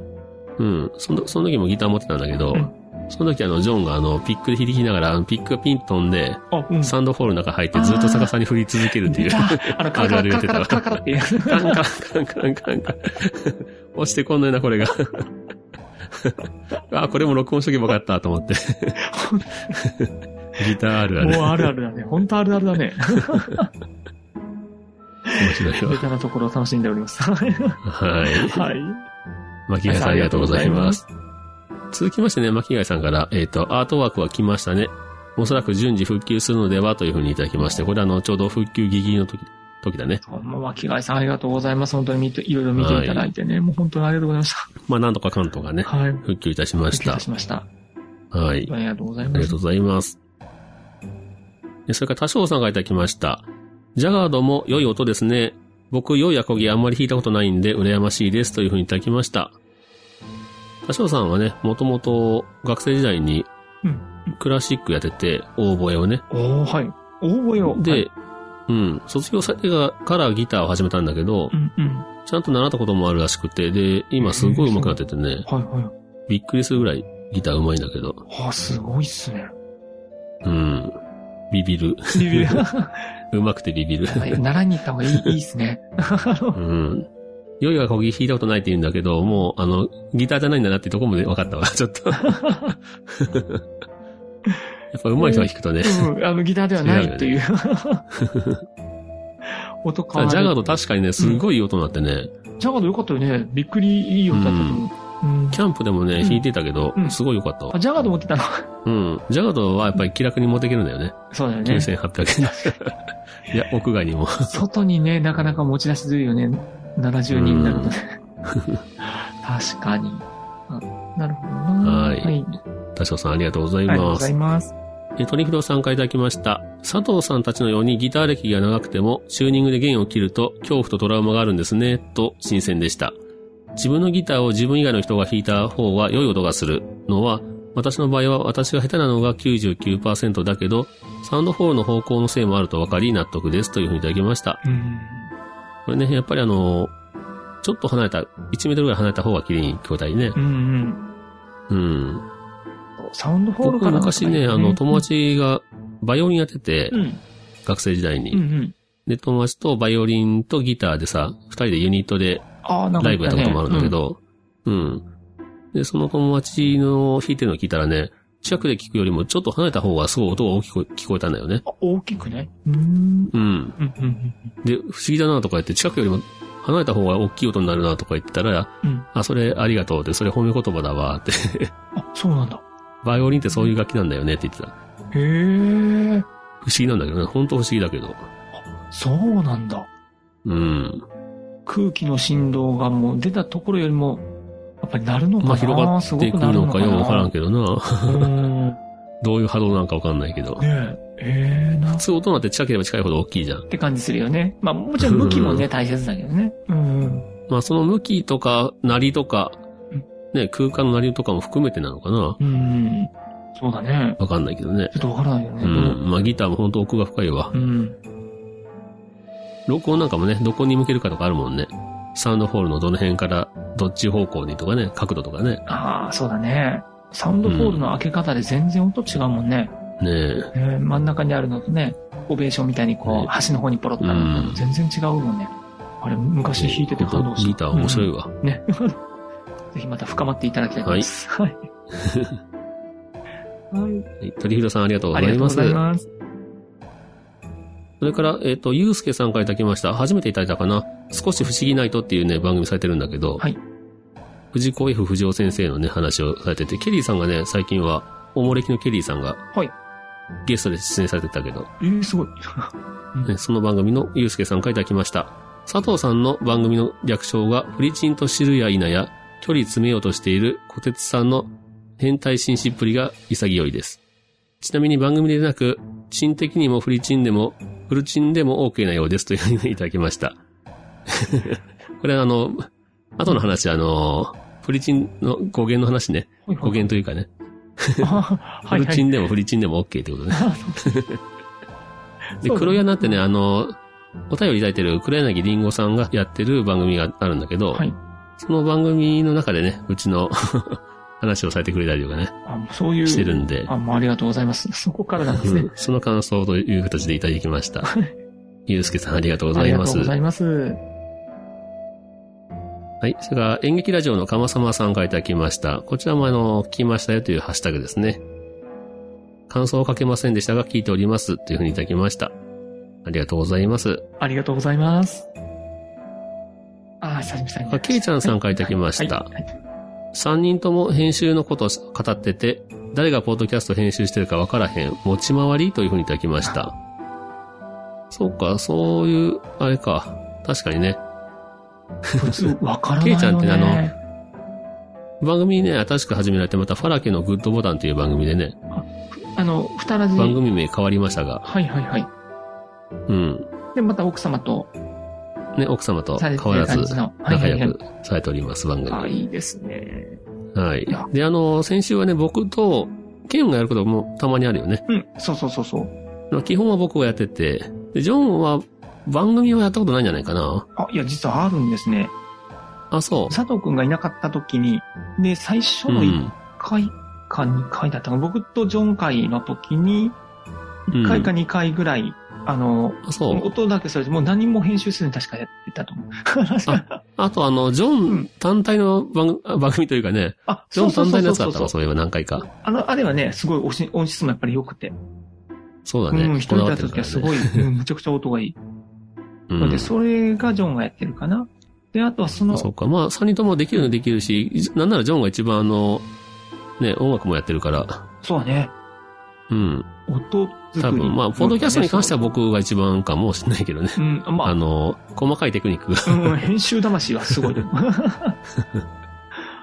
[SPEAKER 1] うん、そのその時もギター持ってたんだけど、
[SPEAKER 2] うん
[SPEAKER 1] その時あの、ジョンがあの、ピックで響きながら、あのピックがピンと飛んで、
[SPEAKER 2] あ、うん。
[SPEAKER 1] サンドホールの中入ってずっと逆さに振り続けるって いう
[SPEAKER 2] 出。たあの、カラカラカラカラカラカラっていう。
[SPEAKER 1] カランカランカランカランカランカラン。落ちてこんのよな、これが。 あ、これも録音しとけばよかったと思って。 ギターあるある。
[SPEAKER 2] もうあるあるだね。本当あるあるだね。
[SPEAKER 1] 面白い
[SPEAKER 2] 下
[SPEAKER 1] わ。
[SPEAKER 2] 手なところを楽しんでお ります。は
[SPEAKER 1] はい。
[SPEAKER 2] い。
[SPEAKER 1] 巻貝さんありがとうございます。続きましてね、巻貝さんから、えっ、と、アートワークは来ましたね。おそらく順次復旧するのではというふうにいただきまして、これあの、ちょうど復旧ギリギリの時、時だね。
[SPEAKER 2] ほんま、巻貝さんありがとうございます。本当に見て、いろいろ見ていただいてね。もう本当にありがとうございまし
[SPEAKER 1] まあ、なんとか関東がね
[SPEAKER 2] た。、はい。
[SPEAKER 1] 復旧いたしまし
[SPEAKER 2] 失
[SPEAKER 1] た
[SPEAKER 2] 礼。しました。
[SPEAKER 1] はい。
[SPEAKER 2] ありがとうござい
[SPEAKER 1] あ
[SPEAKER 2] ま
[SPEAKER 1] りが
[SPEAKER 2] す
[SPEAKER 1] と。うございます。でそれから多少さんからいただきました。ジャガードも良い音ですね。僕、良いアコギあんまり弾いたことないんで、羨ましいですというふうにいただきました。多少さんはね、もともと学生時代に
[SPEAKER 2] うん
[SPEAKER 1] クラシックやってて、オーボエをね。
[SPEAKER 2] おー、はい。大声を。
[SPEAKER 1] で、
[SPEAKER 2] はい、
[SPEAKER 1] うん、卒業されてからギターを始めたんだけど
[SPEAKER 2] う、んうん。
[SPEAKER 1] ちゃんと習ったこともあるらしくて、で、今すごい上手くなっててね、
[SPEAKER 2] はいは
[SPEAKER 1] びっくりするぐらいギター上手いんだけど、
[SPEAKER 2] い。あ、すごいっす ね。
[SPEAKER 1] うん、ビビる。
[SPEAKER 2] ビビる
[SPEAKER 1] 上手くてビビる。
[SPEAKER 2] 習いに行った方がいい、いいっす ね。
[SPEAKER 1] うん。ヨイはこぎ弾いたことないって言うんだけど、もう、あの、ギターじゃないんだなってとこもね分かったわ、 ちょっ と。やっぱ上手い人が弾くとね。
[SPEAKER 2] うん、あの、ギターではないという。 音変わる。
[SPEAKER 1] ジャガード確かにね、すごいいい音になってね、
[SPEAKER 2] ジャガードよかったよね。びっくりいい音だったと思う。うん
[SPEAKER 1] キャンプでもね、
[SPEAKER 2] うん
[SPEAKER 1] 弾いてたけど
[SPEAKER 2] う、ん
[SPEAKER 1] すごい良かったわ
[SPEAKER 2] あ、。ジャガード持ってたの
[SPEAKER 1] うん。ジャガードはやっぱり気楽に持っていけるんだよ ね。
[SPEAKER 2] そうだよね。
[SPEAKER 1] 9800円。いや、屋外にも。
[SPEAKER 2] 外にね、なかなか持ち出しづらいよね。70人になるとね。 確かに。あなるほどな。
[SPEAKER 1] はい
[SPEAKER 2] はい。
[SPEAKER 1] 田代さんありがとうござい
[SPEAKER 2] ありがとうご
[SPEAKER 1] ま
[SPEAKER 2] ざ
[SPEAKER 1] す
[SPEAKER 2] い。ます。
[SPEAKER 1] えー、トリフローさんからいただきました。佐藤さんたちのようにギター歴が長くても、チューニングで弦を切ると恐怖とトラウマがあるんですね、と新鮮でした。自分のギターを自分以外の人が弾いた方が良い音がするのは、私の場合は私が下手なのが99%だけど、サウンドフォールの方向のせいもあると分かり納得ですというふうにいただきました。
[SPEAKER 2] うん。
[SPEAKER 1] これね、やっぱりあの、ちょっと離れた、1メートルぐらい離れた方が綺麗に聞こえたりね
[SPEAKER 2] う。んうん。
[SPEAKER 1] うん。
[SPEAKER 2] サウンドホール
[SPEAKER 1] 僕
[SPEAKER 2] か
[SPEAKER 1] は
[SPEAKER 2] な
[SPEAKER 1] 昔ね、あの、友。達がバイオリンやってて
[SPEAKER 2] う、ん。
[SPEAKER 1] 学生時代
[SPEAKER 2] うんう
[SPEAKER 1] に。
[SPEAKER 2] ん。
[SPEAKER 1] で、友達とバイオリンとギターでさ、二人でユニットで
[SPEAKER 2] ああ、なんか
[SPEAKER 1] ライ
[SPEAKER 2] 言
[SPEAKER 1] ブ
[SPEAKER 2] たね、
[SPEAKER 1] やったこともあるんだけど、うん。で、その友達の弾いてるのを聞いたらね、近くで聞くよりもちょっと離れた方がすごい音が大きく聞こえたんだよね
[SPEAKER 2] うん。。あ大きくね。うん。
[SPEAKER 1] うん。
[SPEAKER 2] うんうん
[SPEAKER 1] で、不思議だなとか言って、近くよりも離れた方が大きい音になるなとか言ってたら、
[SPEAKER 2] うん
[SPEAKER 1] あ、それありがとうって、それ褒め言葉だわって、
[SPEAKER 2] あ、そうなんだ。
[SPEAKER 1] バイオリンってそういう楽器なんだよねって言ってた。
[SPEAKER 2] へ
[SPEAKER 1] 不
[SPEAKER 2] え。
[SPEAKER 1] 思議なんだけどね、本当不思議だけど。
[SPEAKER 2] そうなんだ。
[SPEAKER 1] うん。
[SPEAKER 2] 空気の振動がもう出たところよりも、やっぱりなるのかな、
[SPEAKER 1] まあ、広がっていくのかよくわからん
[SPEAKER 2] け
[SPEAKER 1] けどな。
[SPEAKER 2] ど。う ん。ね
[SPEAKER 1] どういう波動なんかわかんないけど。
[SPEAKER 2] え。ええな。っ
[SPEAKER 1] 普通音なんて近ければ近いほど大きいじゃん。
[SPEAKER 2] て感じするよね。まあもちろん向きも
[SPEAKER 1] う
[SPEAKER 2] ね、大切だけどね。うん。
[SPEAKER 1] まあその向きとか、鳴りとか
[SPEAKER 2] うん、
[SPEAKER 1] ね、空間の鳴りとかも含めてなのかな
[SPEAKER 2] うん。そうだね。
[SPEAKER 1] わかんないけどね
[SPEAKER 2] ちょ。っとわからないよね。
[SPEAKER 1] う。ん。まあギターも本当奥が深いわ
[SPEAKER 2] う。ん。
[SPEAKER 1] 録音なんかもね、どこに向けるかとかあるもんね。サウンドホールのどの辺からどっち方向にとかね、角度とかね。
[SPEAKER 2] ああ、そうだね。サウンドホールの開け方で全然音違うもんね。
[SPEAKER 1] ねえ。
[SPEAKER 2] ね真ん中にあるのとね、オベーションみたいにこ
[SPEAKER 1] ね
[SPEAKER 2] う、端の方にポロッとあるの
[SPEAKER 1] うん
[SPEAKER 2] と全然違うもんね。あれ、昔弾いてて感動した。
[SPEAKER 1] ギター面白い
[SPEAKER 2] うん
[SPEAKER 1] わ。
[SPEAKER 2] ね。ぜひまた深まっていただきたいと思います。はい。 はい。
[SPEAKER 1] はい鳥広さんありがとうご
[SPEAKER 2] あ
[SPEAKER 1] ざ
[SPEAKER 2] り
[SPEAKER 1] いま
[SPEAKER 2] がとうご
[SPEAKER 1] す。
[SPEAKER 2] ざいます。
[SPEAKER 1] それから、えっ、と、ゆうすけさんからいただきました。初めていただいたかな。少し不思議な糸っていうね、番組されてるんだけど、
[SPEAKER 2] はい
[SPEAKER 1] 藤子 F 不二雄先生のね、話をされてて、ケリーさんがね、最近は、おもれきのケリーさんが、
[SPEAKER 2] はい
[SPEAKER 1] ゲストで出演されてたけど、
[SPEAKER 2] えー、すごい。
[SPEAKER 1] ねその番組のゆうすけさんからいただきました。佐藤さんの番組の略称が、フリチンと知るや否や、距離詰めようとしている小鉄さんの変態紳士っぷりが潔いです。ちなみに番組でなく、チン的にもフリチンでも、フルチンでも OK なようですというふうにいただきました。 これあの、後の話、あの、フリチンの語源の話ね。語源というかね。
[SPEAKER 2] あは
[SPEAKER 1] フ
[SPEAKER 2] い
[SPEAKER 1] ル
[SPEAKER 2] は
[SPEAKER 1] チ
[SPEAKER 2] い。
[SPEAKER 1] ンでもフリチンでも OK ってこと ね。で、
[SPEAKER 2] そうだね
[SPEAKER 1] 黒柳ってね、あの、お便りいただいてる黒柳りんごさんがやってる番組があるんだけど、
[SPEAKER 2] はい。
[SPEAKER 1] その番組の中でね、うちの 話をされてくれたりとかね、
[SPEAKER 2] あそういう。
[SPEAKER 1] してるんで、
[SPEAKER 2] あ、もうありがとうございます。 そこからなんです
[SPEAKER 1] う
[SPEAKER 2] ね
[SPEAKER 1] ん。その感想という形でいただきました。ゆうすけさんありがとう ご
[SPEAKER 2] あ
[SPEAKER 1] ざ
[SPEAKER 2] り
[SPEAKER 1] い
[SPEAKER 2] が
[SPEAKER 1] ま
[SPEAKER 2] とう
[SPEAKER 1] す。
[SPEAKER 2] ございます。
[SPEAKER 1] はい。それから演劇ラジオのかまさまさんからいただきました。こちらもあの、聞きましたよというハッシュタグですね。感想を書けませんでしたが聞いておりますというふうにいただきました。ありがとうございます。
[SPEAKER 2] ありがとうございます。あー、久しぶりに
[SPEAKER 1] あケイちゃんさんからいただきました
[SPEAKER 2] はいはいはい
[SPEAKER 1] 3人とも編集のことを語ってて、誰がポッドキャスト編集してるかわからへん、持ち回りというふうにいただきました。そうか、そういう、あれか。確かにね。
[SPEAKER 2] 普通、わからない
[SPEAKER 1] ケ
[SPEAKER 2] よ、
[SPEAKER 1] イ
[SPEAKER 2] ね。
[SPEAKER 1] ちゃんってあの番組ね、新しく始められてまた、ファラケのグッドボタンという番組でね、
[SPEAKER 2] あの、ふたらじ。
[SPEAKER 1] 番組名変わりましたが、
[SPEAKER 2] はいはいはい。
[SPEAKER 1] うん。
[SPEAKER 2] で、また奥様と
[SPEAKER 1] ね、奥様と
[SPEAKER 2] さ
[SPEAKER 1] 変
[SPEAKER 2] れて
[SPEAKER 1] わら
[SPEAKER 2] る
[SPEAKER 1] ず
[SPEAKER 2] 感じの。はいは
[SPEAKER 1] 仲
[SPEAKER 2] いは
[SPEAKER 1] 良
[SPEAKER 2] い
[SPEAKER 1] く。されております、番組。
[SPEAKER 2] あ、いいですね。
[SPEAKER 1] はい。で、あの、先週はね、僕と、剣がやることもたまにあるよね。
[SPEAKER 2] うん、そうそうそうそう。
[SPEAKER 1] まあ基本は僕がやってて、で、ジョンは番組はやったことないんじゃないかな。
[SPEAKER 2] あ、いや、実はあるんですね。
[SPEAKER 1] あ、そ
[SPEAKER 2] 佐藤くんがいなかった時に、で、最初
[SPEAKER 1] う。う
[SPEAKER 2] の1
[SPEAKER 1] ん。
[SPEAKER 2] 回か2回だったかな、僕とジョン会の時に、1回か2回ぐらい、あの、
[SPEAKER 1] あそう。
[SPEAKER 2] 音だけそれてもう何も編集せずに確かやってたと思う。
[SPEAKER 1] あとあの、ジョ
[SPEAKER 2] うん
[SPEAKER 1] ン単体の番,、番組というかね、
[SPEAKER 2] あ、
[SPEAKER 1] ジョン単体のやつだった
[SPEAKER 2] そ
[SPEAKER 1] わ、
[SPEAKER 2] う
[SPEAKER 1] そういえば何回か。
[SPEAKER 2] あの、あれはね、すごい音質音質もやっぱり良くて。
[SPEAKER 1] そうだ
[SPEAKER 2] う
[SPEAKER 1] ね。
[SPEAKER 2] ん、一人でやった
[SPEAKER 1] こ
[SPEAKER 2] 時
[SPEAKER 1] だ
[SPEAKER 2] はす
[SPEAKER 1] わっ
[SPEAKER 2] ごい、 うん、むちゃくちゃ音がいい。
[SPEAKER 1] てるからね
[SPEAKER 2] ので、それがジョンがやってるかな。で、あとはそ
[SPEAKER 1] うん。
[SPEAKER 2] の、
[SPEAKER 1] あそうか。まあ、三人ともできるのできるし、なんならジョンが一番あの、ね、音楽もやってるから。
[SPEAKER 2] そうだね、
[SPEAKER 1] うん。
[SPEAKER 2] 音作り。
[SPEAKER 1] 多分、まあ、ポッドキャストに関しては僕が一番かもしれないけどね。
[SPEAKER 2] うん、まあ
[SPEAKER 1] あ、の、細かいテクニックが
[SPEAKER 2] うん、編集魂 はすごい。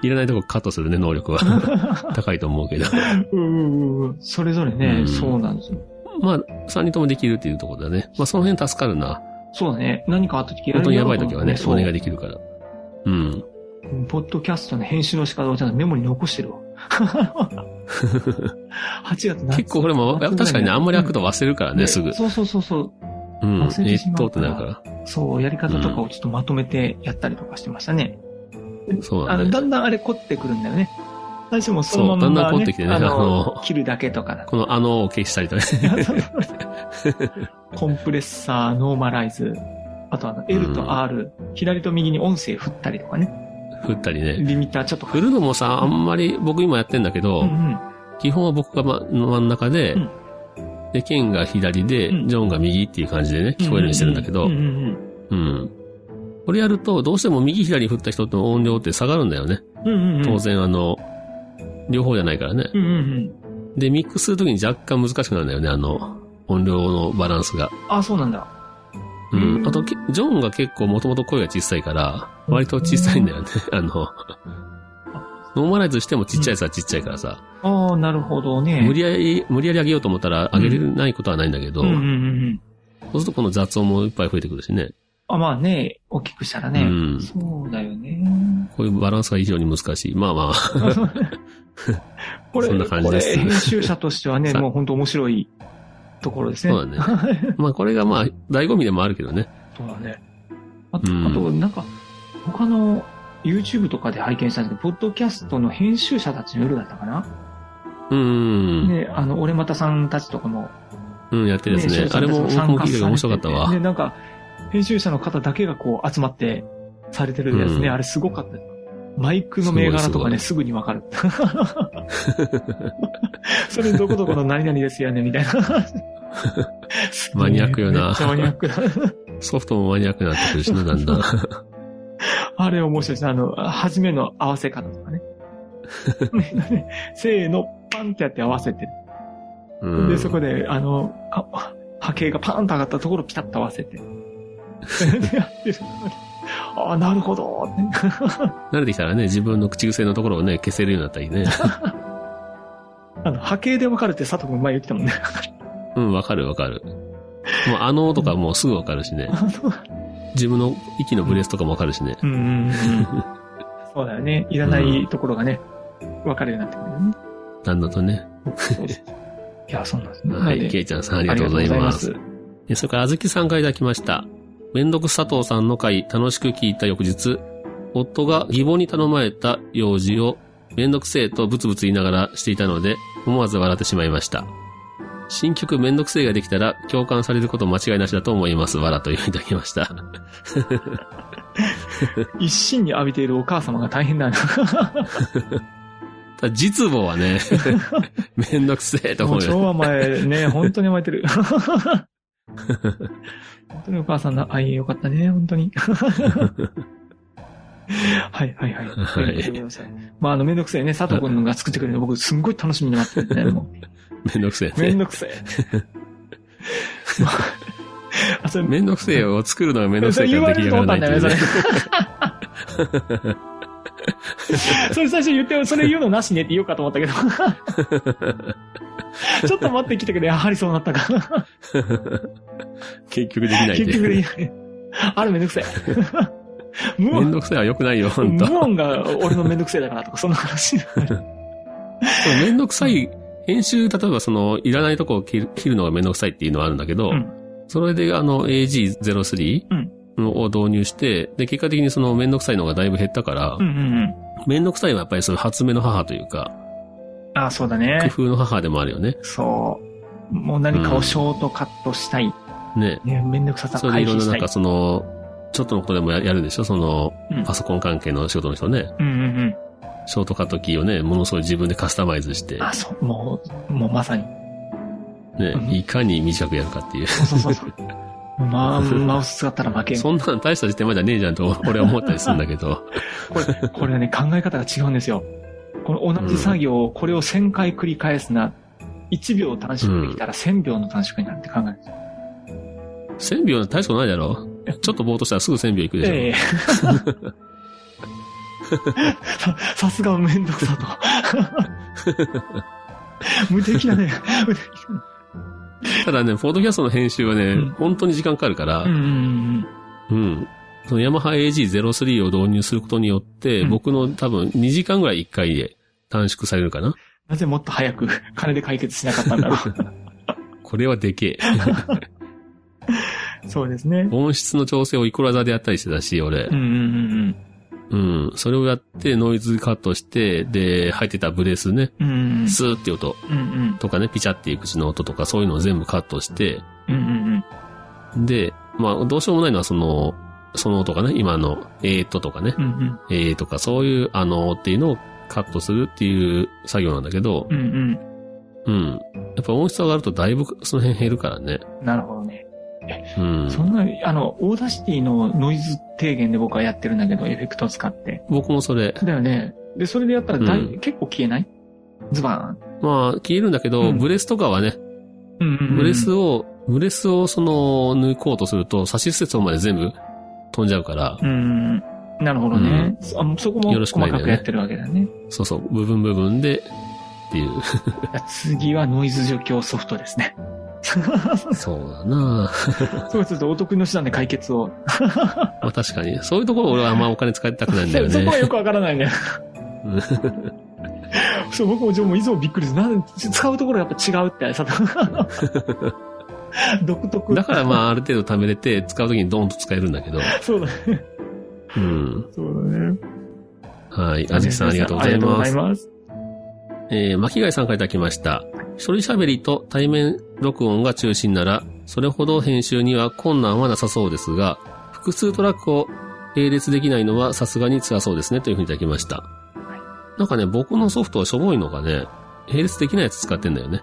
[SPEAKER 1] いらないとこカットするね、能力は。高いと思うけど。
[SPEAKER 2] うんうんうんそれぞれね、
[SPEAKER 1] うん
[SPEAKER 2] そうなんですよ。
[SPEAKER 1] まあ、三人ともできるっていうところだね。まあ、その辺助かるな。
[SPEAKER 2] そうだね。何かあった時
[SPEAKER 1] 本当にやばい時はね、
[SPEAKER 2] そ
[SPEAKER 1] お
[SPEAKER 2] う
[SPEAKER 1] 願いできるから。うん。
[SPEAKER 2] うんポッドキャストの編集の仕方をちゃんとメモに残し てるわ。8月夏
[SPEAKER 1] 結構これも、確かにね、あんまり開くと忘れるからね、すぐ。
[SPEAKER 2] そうそうそうそう。
[SPEAKER 1] うん。
[SPEAKER 2] 忘
[SPEAKER 1] え
[SPEAKER 2] れて
[SPEAKER 1] っ
[SPEAKER 2] しま
[SPEAKER 1] と
[SPEAKER 2] う
[SPEAKER 1] って
[SPEAKER 2] から
[SPEAKER 1] なるから。
[SPEAKER 2] そう、やり方とかをちょっとまとめてやったりとかしてましたね。
[SPEAKER 1] そう
[SPEAKER 2] あ
[SPEAKER 1] だ
[SPEAKER 2] の、
[SPEAKER 1] ね。
[SPEAKER 2] だんだんあれ凝ってくるんだよね。最初もそのまんま、
[SPEAKER 1] そう
[SPEAKER 2] ね、
[SPEAKER 1] だんだん凝ってきてね
[SPEAKER 2] あ
[SPEAKER 1] あ
[SPEAKER 2] の
[SPEAKER 1] の、
[SPEAKER 2] 切るだけとかだと。
[SPEAKER 1] このあのを消したりとかね。
[SPEAKER 2] コンプレッサー、ノーマライズ、あとあの、L と R、左と右に音声振ったりとかね。
[SPEAKER 1] 振ったりね。
[SPEAKER 2] リミッターちょっと
[SPEAKER 1] 振るのもさ、あんまり僕今やってんだけど、
[SPEAKER 2] うんうん。
[SPEAKER 1] 基本は僕がま真ん中で、
[SPEAKER 2] うん
[SPEAKER 1] で、ケンが左で、
[SPEAKER 2] うん
[SPEAKER 1] ジョンが右っていう感じでね、聞こえるようにしてるんだけど、
[SPEAKER 2] う
[SPEAKER 1] うん。
[SPEAKER 2] うんん
[SPEAKER 1] これやると、どうしても右左振った人の音量って下がるんだよね。
[SPEAKER 2] うん。うんうんうん。
[SPEAKER 1] 当然あの、両方じゃないからね。
[SPEAKER 2] うんうんうん。
[SPEAKER 1] で、ミックスするときに若干難しくなるんだよね、あの、音量のバランスが。
[SPEAKER 2] あ、そうなんだ。
[SPEAKER 1] うん
[SPEAKER 2] う。ん
[SPEAKER 1] あと、けジョンが結構もともと声が小さいから、割と小さいんだよね。 あの、ノーマライズしてもちっちゃいさ、ちっちゃいからさ、
[SPEAKER 2] ああ、なるほどね。
[SPEAKER 1] 無理やり、無理やり上げようと思ったら上げれないことはないんだけど、
[SPEAKER 2] うんうんうんうん。
[SPEAKER 1] そうするとこの雑音もいっぱい増えてくるしね。
[SPEAKER 2] あ、まあね、大きくしたらね。
[SPEAKER 1] うん
[SPEAKER 2] そうだよね。
[SPEAKER 1] こういうバランスが非常に難しい。まあまあ、
[SPEAKER 2] これ、
[SPEAKER 1] そんな感じです
[SPEAKER 2] これ編集者としてはね、
[SPEAKER 1] さ
[SPEAKER 2] もう本当面白いところですね。
[SPEAKER 1] そうだね。まあこれがまあ、醍醐味でもあるけどね。
[SPEAKER 2] そうだね。あと、
[SPEAKER 1] うん
[SPEAKER 2] あとなんか、他の YouTube とかで拝見したんですけど、ポッドキャストの編集者たちの夜だったかな、
[SPEAKER 1] うんうん
[SPEAKER 2] ね、あの、俺またさんたちとかも、
[SPEAKER 1] うん。うん、やってです
[SPEAKER 2] ね
[SPEAKER 1] ね。あれも、僕も聞いて面白かったわ
[SPEAKER 2] ね、。なんか、編集者の方だけがこう集まってされてるやつね、
[SPEAKER 1] うん
[SPEAKER 2] あれすごかった。マイクの銘柄とかね、すぐにわかる。 それどこどこの何々ですよね、みたいな。
[SPEAKER 1] マニアックよな
[SPEAKER 2] めっちゃマニアックだ。
[SPEAKER 1] ソフトもマニアックになってくるしな、だん だん。
[SPEAKER 2] あれ面白いですね。あの、初めの合わせ方と かね。 せーの、パンってやって合わせて。
[SPEAKER 1] うん
[SPEAKER 2] で、そこで、あの、あ波形がパーンと上がったところをピタッと合わせて。 でやってるああ、なるほどって。
[SPEAKER 1] 慣れてきたらね、自分の口癖のところをね、消せるようになったりね。
[SPEAKER 2] あの、波形で分かるって佐藤君前言ってたもんね。
[SPEAKER 1] うん、わかるわかる。もうあのとかもうすぐわかるしね。
[SPEAKER 2] あの
[SPEAKER 1] 自分の息のブレスとかもわかるしね。
[SPEAKER 2] うんうんうん。そうだよね。いらないところがね、分かるようになってくるよね。
[SPEAKER 1] だんだんとね。
[SPEAKER 2] そうそういや、そうなんですね。
[SPEAKER 1] は
[SPEAKER 2] なん
[SPEAKER 1] い、
[SPEAKER 2] で
[SPEAKER 1] ケイちゃんさんありがとうございます
[SPEAKER 2] あり。がとうござい
[SPEAKER 1] えそれから、あずきさんからいただきました。めんどく佐藤さんの回、楽しく聞いた翌日、夫が義母に頼まれた用事を、めんどくせえとブツブツ言いながらしていたので、思わず笑ってしまいました。新曲めんどくせえができたら、共感されること間違いなしだと思います。笑といういただきました。
[SPEAKER 2] ます一心に浴びているお母様が大変だな。
[SPEAKER 1] ただ実母はね、 めんどくせえと
[SPEAKER 2] も
[SPEAKER 1] 思
[SPEAKER 2] う
[SPEAKER 1] う
[SPEAKER 2] 超
[SPEAKER 1] よ。
[SPEAKER 2] 甘え、ね、 本当に甘えてる。本当にお母さんの愛よかったね、本当 に。はい、はい、はい。
[SPEAKER 1] はい
[SPEAKER 2] ありがとうございますまあ、あの、めんどくせえね、佐藤君が作ってくれるの僕、すんごい楽しみになってるね。も
[SPEAKER 1] めんどくせ
[SPEAKER 2] う
[SPEAKER 1] え
[SPEAKER 2] めん
[SPEAKER 1] ね。
[SPEAKER 2] どくせえ。まああ、それ、
[SPEAKER 1] めんどくせえを作るのがめんどく
[SPEAKER 2] そ
[SPEAKER 1] せ
[SPEAKER 2] れ
[SPEAKER 1] え
[SPEAKER 2] 言
[SPEAKER 1] か
[SPEAKER 2] わ
[SPEAKER 1] ら出
[SPEAKER 2] れ
[SPEAKER 1] 来
[SPEAKER 2] る
[SPEAKER 1] 上
[SPEAKER 2] と思
[SPEAKER 1] が
[SPEAKER 2] った
[SPEAKER 1] ら
[SPEAKER 2] ん
[SPEAKER 1] ないっ
[SPEAKER 2] だよね、
[SPEAKER 1] てい
[SPEAKER 2] そ
[SPEAKER 1] う
[SPEAKER 2] れ
[SPEAKER 1] ね。。
[SPEAKER 2] それ最初言って、それ言うのなしねって言おうかと思ったけ ど。ちょっと待ってきたけど、やはりそうなったか。
[SPEAKER 1] 結局できない
[SPEAKER 2] 結局
[SPEAKER 1] で。
[SPEAKER 2] できない。あれめんどくせえ。 無
[SPEAKER 1] めん
[SPEAKER 2] 音、
[SPEAKER 1] どくせえは良くないよ、ほんと。
[SPEAKER 2] 無音が俺のめんどくせえだからとか、そんな話。
[SPEAKER 1] めんどくさい編集、例えばその、いらないとこを切る切るのがめんどくさいっていうのはあるんだけど、
[SPEAKER 2] うん
[SPEAKER 1] それであの AG03
[SPEAKER 2] うん
[SPEAKER 1] を導入して、で、結果的にそのめんどくさいのがだいぶ減ったから、
[SPEAKER 2] うんうん
[SPEAKER 1] めんどくさいはやっぱりその発明の母というか、
[SPEAKER 2] うん。あ、そうだ
[SPEAKER 1] 工
[SPEAKER 2] ね。
[SPEAKER 1] 夫の母でもあるよね。
[SPEAKER 2] そう。もう何かをショートカットしたい。
[SPEAKER 1] ね。
[SPEAKER 2] ね、めんどくささ
[SPEAKER 1] それでい
[SPEAKER 2] 回
[SPEAKER 1] ろんな
[SPEAKER 2] 避し
[SPEAKER 1] な
[SPEAKER 2] た
[SPEAKER 1] ん
[SPEAKER 2] い
[SPEAKER 1] か。その、ちょっとのことでもややるでしょその
[SPEAKER 2] うん、
[SPEAKER 1] パソコン関係の仕事の人ね。
[SPEAKER 2] うんうんうん。
[SPEAKER 1] ショートカットキーをね、ものすごい自分でカスタマイズして、
[SPEAKER 2] あ、そう、もう、もうまさに。
[SPEAKER 1] ね
[SPEAKER 2] う、ん
[SPEAKER 1] いかに短くやるか っていう。
[SPEAKER 2] そうそうそうそう。まあ、マウス使ったら負けん。
[SPEAKER 1] そんなの大した手間じゃねえじゃんと俺は思ったりするんだけど。
[SPEAKER 2] これ、これはね、考え方が違うんですよ。この同じ作業を、これを1000回繰り返すな。1秒短縮できたら1000秒の短縮になるって考えるんですよ。
[SPEAKER 1] 1000秒なんて大したことないだろちょっとぼーっとしたらすぐ1000秒いくでしょ、
[SPEAKER 2] ええさ、さすがめんどくさと。無敵だね。無敵
[SPEAKER 1] ただね、ポッドキャストの編集はね、
[SPEAKER 2] うん
[SPEAKER 1] 本当に時間かかるから、
[SPEAKER 2] うんうんうん
[SPEAKER 1] うん。そのヤマハ AG03 を導入することによって、
[SPEAKER 2] うん
[SPEAKER 1] 僕の多分2時間ぐらい1回で短縮されるかな。
[SPEAKER 2] なぜもっと早く金で解決しなかったんだろ
[SPEAKER 1] これはでけえ。
[SPEAKER 2] う。そうですね。
[SPEAKER 1] 音質の調整をイコラ座でやったりしてたし、俺
[SPEAKER 2] うんう。んうん
[SPEAKER 1] うん。それをやってノイズカットして、で、入ってたブレスね。
[SPEAKER 2] うん。うんうん
[SPEAKER 1] スーっていう音
[SPEAKER 2] うんうん
[SPEAKER 1] とかね、ピチャっていう口の音とかそういうのを全部カットして、
[SPEAKER 2] うんうん
[SPEAKER 1] で、まあ、どうしようもないのはその、その音がね、今の、えーっととかね、
[SPEAKER 2] うんうんうん
[SPEAKER 1] えーとか、そういう、あのっていうのをカットするっていう作業なんだけど
[SPEAKER 2] う、んうん
[SPEAKER 1] うん。やっぱ音質上がるとだいぶその辺減るからね。
[SPEAKER 2] なるほどね。
[SPEAKER 1] うん。
[SPEAKER 2] そんな、あの、オーダーシティのノイズ低減で僕はやってるんだけど、エフェクトを使って。
[SPEAKER 1] 僕もそれ、
[SPEAKER 2] だよね。で、それでやったらだい、
[SPEAKER 1] う
[SPEAKER 2] 結構消えないズバーン。
[SPEAKER 1] まあ、消えるんだけど、
[SPEAKER 2] うん
[SPEAKER 1] ブレスとかはね、
[SPEAKER 2] うんうんうん
[SPEAKER 1] ブレスを、ブレスをその、抜こうとすると、差し捨て音まで全部飛んじゃうから
[SPEAKER 2] う、んうんうん。なるほどね。そあもうそこも
[SPEAKER 1] よろしくない
[SPEAKER 2] 細
[SPEAKER 1] んだ
[SPEAKER 2] か
[SPEAKER 1] よ
[SPEAKER 2] く
[SPEAKER 1] ね
[SPEAKER 2] やってるわけだね。
[SPEAKER 1] そうそう、部分部分で、っていう。
[SPEAKER 2] いや次はノイズ除去ソフトですね。
[SPEAKER 1] そうだな
[SPEAKER 2] そうするとお得意の手段で解決を。
[SPEAKER 1] まあ確かに。そういうところ俺はあんまお金使いたくないんだよ
[SPEAKER 2] そそこは
[SPEAKER 1] ね。
[SPEAKER 2] よくわからないね。そう、僕もじゃあもう以前びっくりです。なんで使うところやっぱ違うって、さ 独特。
[SPEAKER 1] だからまあある程度貯めれて、使うときにドーンと使えるんだけど。
[SPEAKER 2] そうだね。
[SPEAKER 1] うん。
[SPEAKER 2] そうだね。
[SPEAKER 1] はい。あじきさんありがとうございます。
[SPEAKER 2] ます。
[SPEAKER 1] えー、巻貝さんからいただきました。一人喋りと対面録音が中心なら、それほど編集には困難はなさそうですが、複数トラックを並列できないのはさすがに辛そうですね、というふうにいただきました。なんかね、僕のソフトはしょぼいのがね、並列できないやつ使ってんだよね。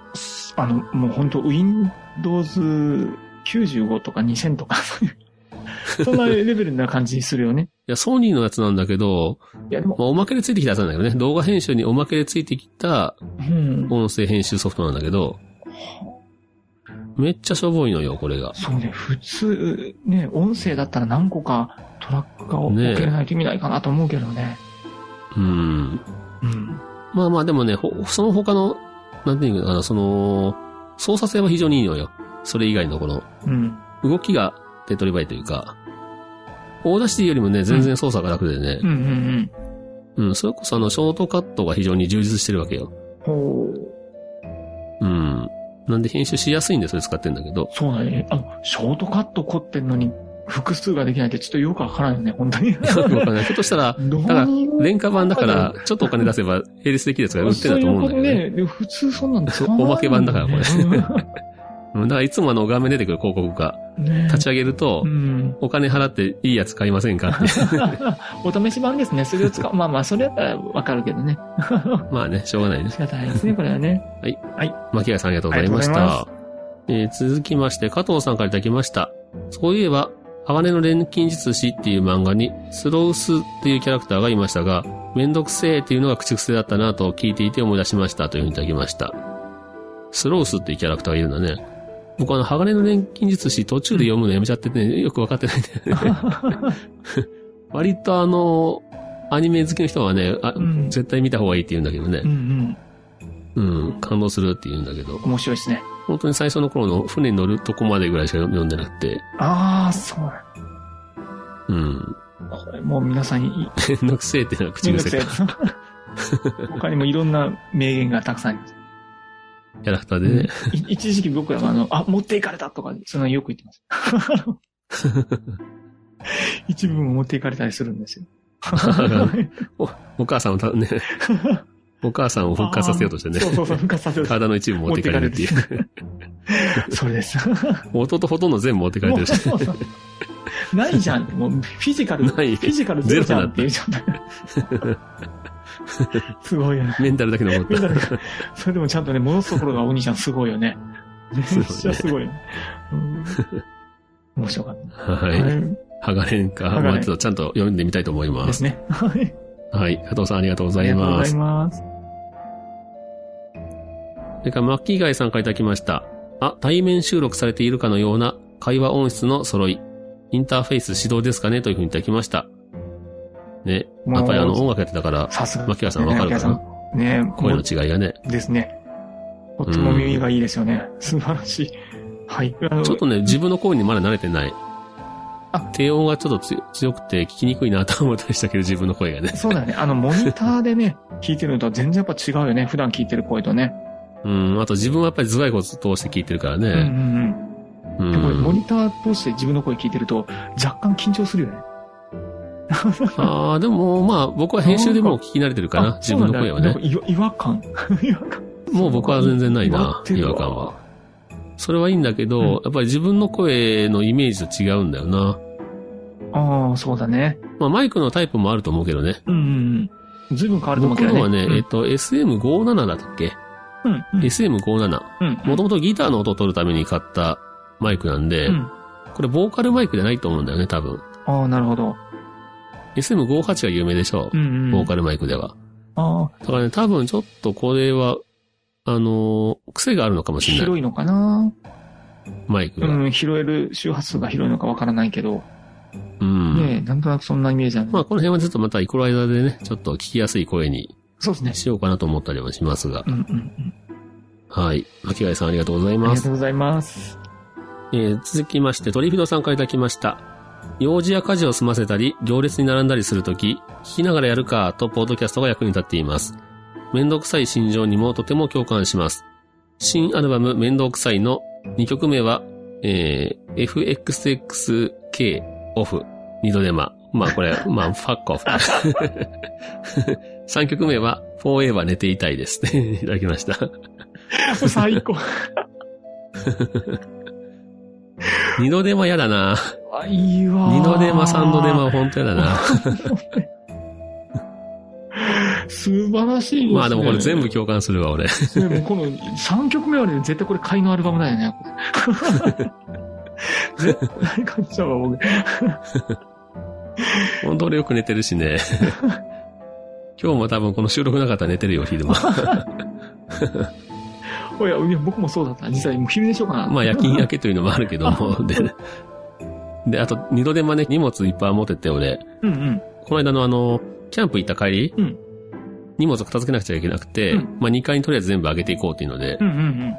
[SPEAKER 2] あの、もう本当 Windows 95とか2000とか、 そういうそんなレベルな感じするよね。
[SPEAKER 1] いや、ソニーのやつなんだけど、
[SPEAKER 2] いや、でも、
[SPEAKER 1] まあ、おまけでついてきたやつなんだけどね、動画編集におまけでついてきた
[SPEAKER 2] うん。
[SPEAKER 1] 音声編集ソフトなんだけど、めっちゃしょぼいのよ、これが。
[SPEAKER 2] そうね、普通、ね、音声だったら何個かトラックが置
[SPEAKER 1] ね
[SPEAKER 2] けないと意味ないかなと思うけどね。
[SPEAKER 1] うん。
[SPEAKER 2] うん。
[SPEAKER 1] まあまあでもね、ほその他の、なんていうのかな、その、操作性は非常にいいのよ。それ以外のこの、
[SPEAKER 2] うん。
[SPEAKER 1] 動きが手取り早いというか、オーダーシティよりもね、全然操作が楽でね
[SPEAKER 2] うんう、んうん。
[SPEAKER 1] うん、それこそあの、ショートカットが非常に充実してるわけよ。
[SPEAKER 2] ほう。
[SPEAKER 1] うん。なんで編集しやすいんでそれ使ってんだけど、
[SPEAKER 2] そうだね。あの、ショートカット凝ってんのに、複数ができないってちょっとよくわからないよね、本当に。だ
[SPEAKER 1] よくわかんない。ひょっとしたら、だから、廉価版だから、ちょっとお金出せば、並列できるやつが売ってるんだと思うんだけどね。
[SPEAKER 2] ね。でも普通そんなんです
[SPEAKER 1] おまけ版だからこれうんだからいつもあの、画面出てくる広告が、
[SPEAKER 2] ね
[SPEAKER 1] 立ち上げると
[SPEAKER 2] う、ん。
[SPEAKER 1] お金払っていいやつ買いませんかって
[SPEAKER 2] お試し版ですね。それを使う。まあまあ、それだったらわかるけどね。
[SPEAKER 1] まあね、しょうがないね。
[SPEAKER 2] 仕方ない ですね、これはね。
[SPEAKER 1] 巻貝さんありがとうございまし
[SPEAKER 2] ありが
[SPEAKER 1] た。えー続きまして、加藤さんからいただきました。そういえば、鋼の錬金術師っていう漫画に、スロウスっていうキャラクターがいましたが、めんどくせえっていうのが口癖だったなと聞いていて思い出しましたというふうにいただきました。スロウスっていうキャラクターがいるんだね。僕あの、鋼の錬金術師途中で読むのやめちゃってて、ね、よくわかってないん だよね。割とあの、アニメ好きの人はね、あ
[SPEAKER 2] うん
[SPEAKER 1] 絶対見た方がいいって言うんだけど
[SPEAKER 2] うんう
[SPEAKER 1] ね。
[SPEAKER 2] ん。
[SPEAKER 1] うん、感動するって言うんだけど。
[SPEAKER 2] 面白いですね。
[SPEAKER 1] 本当に最初の頃の船に乗るとこまでぐらいしか読んでなくて、
[SPEAKER 2] ああ、そうだ。
[SPEAKER 1] うん。
[SPEAKER 2] これもう皆さんに、
[SPEAKER 1] めんどくせえっていうのは口癖か。
[SPEAKER 2] 他にもいろんな名言がたくさんあります。
[SPEAKER 1] キャラクターでね。
[SPEAKER 2] い一時期僕らはあの、あ、持っていかれたとか、そんなのよく言ってます。 一部も持っていかれたりする んですよ。
[SPEAKER 1] お母さんをた ね、お母さんを復活させようとしてね
[SPEAKER 2] そ。うそうそう、復活させ る。
[SPEAKER 1] 体の一部持ってかれるっていう。
[SPEAKER 2] それです。
[SPEAKER 1] 弟ほとんど全部持ってかれて
[SPEAKER 2] も
[SPEAKER 1] る
[SPEAKER 2] う
[SPEAKER 1] し。
[SPEAKER 2] そうそうないじゃんって、もうフィジカル、フ
[SPEAKER 1] ない
[SPEAKER 2] ィジカルゼロじゃんって言うじゃん。すごいよね。
[SPEAKER 1] メンタルだけ残っ
[SPEAKER 2] みん
[SPEAKER 1] た
[SPEAKER 2] な。それでもちゃんとね、戻すところがお兄ちゃんすごいよね。めっちゃすごいよね。うん面白かった。
[SPEAKER 1] はい。
[SPEAKER 2] い。
[SPEAKER 1] ハガレンか。
[SPEAKER 2] ハガレン
[SPEAKER 1] まあちょっとちゃんと読んでみたいと思いま。
[SPEAKER 2] ですすね。はい。
[SPEAKER 1] はい。加藤さんありがとうご
[SPEAKER 2] あ
[SPEAKER 1] ざ
[SPEAKER 2] り
[SPEAKER 1] い
[SPEAKER 2] がとうご
[SPEAKER 1] ま
[SPEAKER 2] ざい
[SPEAKER 1] す。
[SPEAKER 2] ます。
[SPEAKER 1] それから、マッキーガイさんからいただきました。あ、対面収録されているかのような会話音質の揃い。インターフェース指導ですかねというふうにいただきました。ね。
[SPEAKER 2] もう
[SPEAKER 1] やっぱりあの音楽やってたから、
[SPEAKER 2] さすが。
[SPEAKER 1] マキアさんわかるかな
[SPEAKER 2] マキアさんね
[SPEAKER 1] 声の違いがね。
[SPEAKER 2] ですね。とっても耳がいいですよね。素晴らしい。はい。あの
[SPEAKER 1] ちょっとね、自分の声にまだ慣れてない
[SPEAKER 2] あ。
[SPEAKER 1] 低音がちょっとつ強くて聞きにくいなと思ったりしたけど、自分の声がね。
[SPEAKER 2] そうだよね。あの、モニターでね、聞いてるのとは全然やっぱ違うよね。普段聞いてる声とね。
[SPEAKER 1] うん、あと自分はやっぱり頭蓋骨通して聞いてるから
[SPEAKER 2] うんう
[SPEAKER 1] ね。
[SPEAKER 2] ん
[SPEAKER 1] う
[SPEAKER 2] うん。でも、モ
[SPEAKER 1] ん。
[SPEAKER 2] ニター通して自分の声聞いてると、若干緊張するよね。
[SPEAKER 1] ああ、でもまあ僕は編集でもう聞き慣れてるかな、
[SPEAKER 2] あ
[SPEAKER 1] 自分の声は。
[SPEAKER 2] そうなん
[SPEAKER 1] ね。
[SPEAKER 2] だなんか違和感。 違和感。
[SPEAKER 1] もう僕は全然ないな
[SPEAKER 2] 合、って
[SPEAKER 1] 違
[SPEAKER 2] るわ
[SPEAKER 1] 和感は。それはいいんだけど、
[SPEAKER 2] うん
[SPEAKER 1] やっぱり自分の声のイメージと違うんだよな。
[SPEAKER 2] ああ、そうだね。
[SPEAKER 1] まあマイクのタイプもあると思うけどね。
[SPEAKER 2] うんうんうん。随分変わると思う
[SPEAKER 1] 僕
[SPEAKER 2] けど
[SPEAKER 1] の
[SPEAKER 2] ね。
[SPEAKER 1] はね、
[SPEAKER 2] うん
[SPEAKER 1] えっと、SM57 だったっけ、
[SPEAKER 2] うんうん
[SPEAKER 1] ?SM57。
[SPEAKER 2] うん。
[SPEAKER 1] もともとギターの音を取るために買ったマイクなんで、
[SPEAKER 2] うん
[SPEAKER 1] これボーカルマイクじゃないと思うんだよね、多分。
[SPEAKER 2] ああ、なるほど。
[SPEAKER 1] SM58 が有名でしょう、
[SPEAKER 2] うんうん。
[SPEAKER 1] ボーカルマイクでは。
[SPEAKER 2] あ
[SPEAKER 1] だからね、多分ちょっとこれは、あのー癖があるのかも
[SPEAKER 2] あ、
[SPEAKER 1] しれない。
[SPEAKER 2] 広いのかな
[SPEAKER 1] マイクが。
[SPEAKER 2] うん、拾える周波数が広いのかわからないけど、
[SPEAKER 1] うん
[SPEAKER 2] ねえなんとなくそんなイメージある。
[SPEAKER 1] まあ、この辺はちょっとまたイコライザーでね、ちょっと聞きやすい声に
[SPEAKER 2] そうですね。
[SPEAKER 1] しようかなと思ったりはしますが
[SPEAKER 2] う。んうんうん。
[SPEAKER 1] はい。巻貝さんありがとうござい
[SPEAKER 2] あり
[SPEAKER 1] ま
[SPEAKER 2] がと
[SPEAKER 1] す。
[SPEAKER 2] うござ います。
[SPEAKER 1] えー続きまして、トリフィドさんからいただきました。用事や家事を済ませたり、行列に並んだりするとき、聞きながらやるかと、ポッドキャストが役に立っています。めんどくさい心情にもとても共感します。新アルバム、めんどくさいの2曲目は、えー FXXK オフ、二度手間。まあ これ、まあ、ファック オフ。3曲目は、フォーエバー寝ていたいです。 いただきました。
[SPEAKER 2] 最高。
[SPEAKER 1] 二度手間やだな。
[SPEAKER 2] あ、いいわー。
[SPEAKER 1] 二度手間、三度手間は本当やだな。
[SPEAKER 2] 素晴らしいですね。
[SPEAKER 1] まあでもこれ全部共感するわ、 俺。
[SPEAKER 2] ね、もうこの3曲目はね、絶対これ買いのアルバムだよね。 絶対買っちゃうわ、僕。
[SPEAKER 1] 本当俺よく寝てるし ね。今日も多分この収録なかったら寝てるよ、昼間。
[SPEAKER 2] おや、いや僕もそうだった。実際もう昼寝しようかな。
[SPEAKER 1] まあ夜勤明けというのもあるけども。 で、で、あと二度手間ね、荷物いっぱい持ってって、俺。
[SPEAKER 2] うんうん。
[SPEAKER 1] この間のあの、キャンプ行った帰り、
[SPEAKER 2] うん
[SPEAKER 1] 荷物片付けなくちゃいけなくて、
[SPEAKER 2] うん
[SPEAKER 1] まあ2階にとりあえず全部上げていこうっていうので
[SPEAKER 2] う、んうん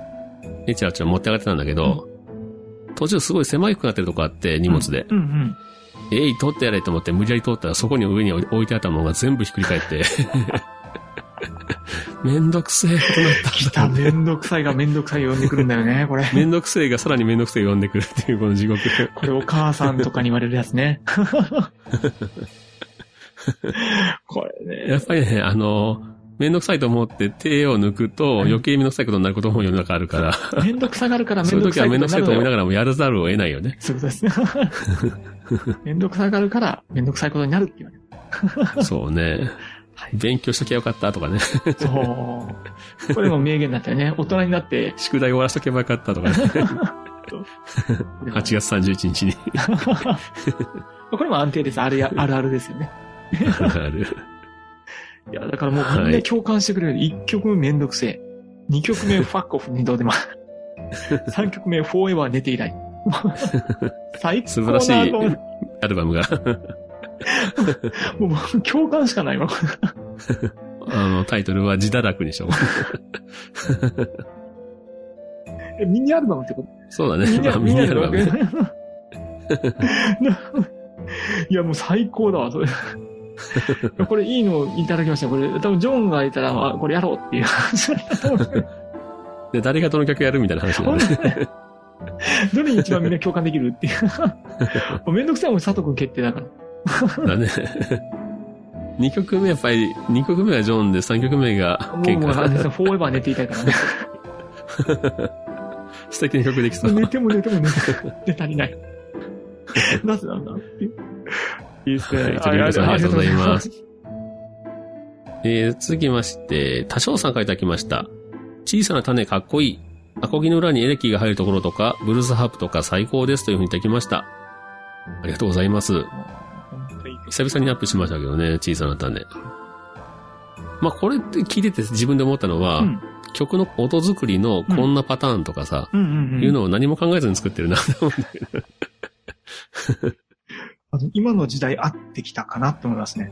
[SPEAKER 1] えちらちら持って上がってたんだけど、途中すごい狭くなってるとこあって、荷物で。
[SPEAKER 2] うん。うん
[SPEAKER 1] えい、取ってやれと思って無理やり取ったらそこに上に置いてあったものが全部ひっくり返って。めんどくせえことになった。
[SPEAKER 2] 来た、めんどくさいがめんどくさい呼んでくるんだよね、これ。
[SPEAKER 1] めんどくせえがさらにめんどくせえ呼んでくるっていうこの地獄。
[SPEAKER 2] これお母さんとかに言われるやつ ね。これ
[SPEAKER 1] や
[SPEAKER 2] ね。
[SPEAKER 1] っぱりね、あの、めんどくさいと思って手を抜くと余計めんどくさいことになることも世の中あるから、
[SPEAKER 2] めんどくさがるからめ
[SPEAKER 1] そうんいう
[SPEAKER 2] どく
[SPEAKER 1] 時
[SPEAKER 2] さ
[SPEAKER 1] はいめんどくさいと思いな
[SPEAKER 2] がら。
[SPEAKER 1] がらもやらざるを得ないよ ね。
[SPEAKER 2] そういうことですね。めんどくさがるからめんどくさいことになるって言われる。
[SPEAKER 1] そうね
[SPEAKER 2] は。
[SPEAKER 1] 勉強しときゃよかったと かね。
[SPEAKER 2] そう。これも名言だったよね。大人になって。
[SPEAKER 1] 宿題終わらしとけばよかったとかね。8月31日に
[SPEAKER 2] これも安定です。あるや、あるあるですよね。
[SPEAKER 1] ある。
[SPEAKER 2] いや、だからもうみんな共感してくれる。1曲目めんどくせえ。2曲 目ファックオフ二度でも。3曲目フォーエバー寝 て以来。最高
[SPEAKER 1] 素晴らし
[SPEAKER 2] だ
[SPEAKER 1] い
[SPEAKER 2] と思う
[SPEAKER 1] アルバムが。
[SPEAKER 2] もうもう共感しかないわ。
[SPEAKER 1] あの、タイトルは自堕落にしよう。
[SPEAKER 2] えミニアルバムってこと
[SPEAKER 1] そうだね。ま あ、ミニアルバムね。
[SPEAKER 2] ないや、もう最高だ わ、それ。これいいのをいただきました。これ、多分ジョンがいたら、あこれやろうっていう話だと思う。
[SPEAKER 1] で、誰がどの曲やるみたいな話にな
[SPEAKER 2] 本
[SPEAKER 1] る。
[SPEAKER 2] 当だねどれに一番みんな共感できる っていう。もうめんどくさいもん、佐藤くん決定だから。
[SPEAKER 1] だね。2曲目やっぱり、2曲目がジョンで3曲目が
[SPEAKER 2] もう
[SPEAKER 1] ケン
[SPEAKER 2] もう、
[SPEAKER 1] か
[SPEAKER 2] あ
[SPEAKER 1] ら
[SPEAKER 2] のさフォーエバー寝ていたいから ね。
[SPEAKER 1] 素敵な曲できそう。
[SPEAKER 2] 寝ても寝ても寝ても寝足 りない。なぜなんだっていう。いいですね。
[SPEAKER 1] はい鳥海さんありがとうございます。えー、続きまして、多少さんからいただきました。小さな種かっこいい。アコギの裏にエレキが入るところとか、ブルースハープとか最高ですというふうにいただきました。ありがとうございます。久々にアップしましたけどね、小さな種。まあ、これって聞いてて自分で思ったのは、
[SPEAKER 2] うん
[SPEAKER 1] 曲の音作りのこんなパターンとかさ、
[SPEAKER 2] うんうんうん。
[SPEAKER 1] いうのを何も考えずに作ってるな、と思って
[SPEAKER 2] あの今の時代合ってきたかなって思いま すね。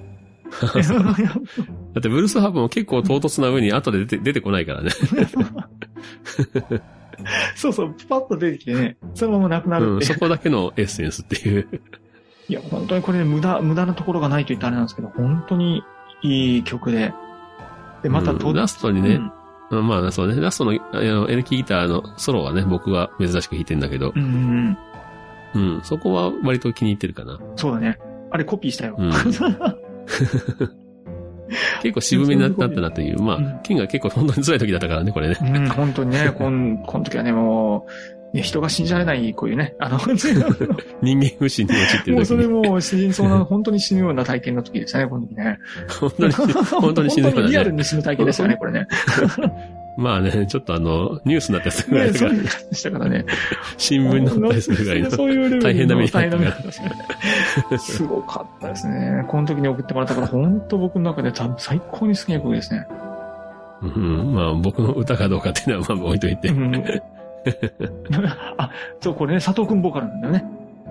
[SPEAKER 1] だってブルースハープも結構唐突な上に後で出て出てこないからね。
[SPEAKER 2] そうそう、パッと出てきてね、そのままなくな
[SPEAKER 1] う
[SPEAKER 2] るっ
[SPEAKER 1] ん、
[SPEAKER 2] て。
[SPEAKER 1] そこだけのエッセンスっていう。
[SPEAKER 2] いや、本当にこれね、無駄、無駄なところがないと言ったらあれなんですけど、本当にいい曲で。で、また
[SPEAKER 1] う
[SPEAKER 2] と、
[SPEAKER 1] んラストにね、うんまあそうね、ラストのあのエレキギターのソロはね、僕は珍しく弾いてんだけど
[SPEAKER 2] う、ん。うんうん
[SPEAKER 1] うん、そこは割と気に入ってるかな。
[SPEAKER 2] うん。そうだね。あれコピーしたよ。
[SPEAKER 1] うん結構渋めにななったなという、ま
[SPEAKER 2] うん
[SPEAKER 1] あ、剣が結構本当に辛い時だったからね、これね。
[SPEAKER 2] うん、本当にね、こん、この時はね、もう、ね、人が信じられない、こういうね、 あの、
[SPEAKER 1] 人間不信に陥って
[SPEAKER 2] も
[SPEAKER 1] る
[SPEAKER 2] う
[SPEAKER 1] 時
[SPEAKER 2] それ
[SPEAKER 1] に。
[SPEAKER 2] もう死人そうな、本当に死ぬような体験の時でしたね、この時ね。
[SPEAKER 1] 本当に、本当に死ぬようなね
[SPEAKER 2] 本当にリアルに死ぬ体験でした ね、これね。
[SPEAKER 1] まあね、ちょっとあの、ニュースになったりするぐらい
[SPEAKER 2] ね、
[SPEAKER 1] だ
[SPEAKER 2] そ
[SPEAKER 1] か
[SPEAKER 2] う
[SPEAKER 1] ら、
[SPEAKER 2] いう感じでしたからね。
[SPEAKER 1] 新聞に載ったりするぐらいの。
[SPEAKER 2] そういうレベルの
[SPEAKER 1] 大変な目に遭った
[SPEAKER 2] 大変な目に遭ったねすごかったですね。この時に送ってもらったから、本当僕の中で多分最高に好きな曲ですね。
[SPEAKER 1] うん、まあ僕の歌かどうかっていうのはまあ置いといて
[SPEAKER 2] う。んあ、そう、これね、佐藤くんボーカルなんだよね。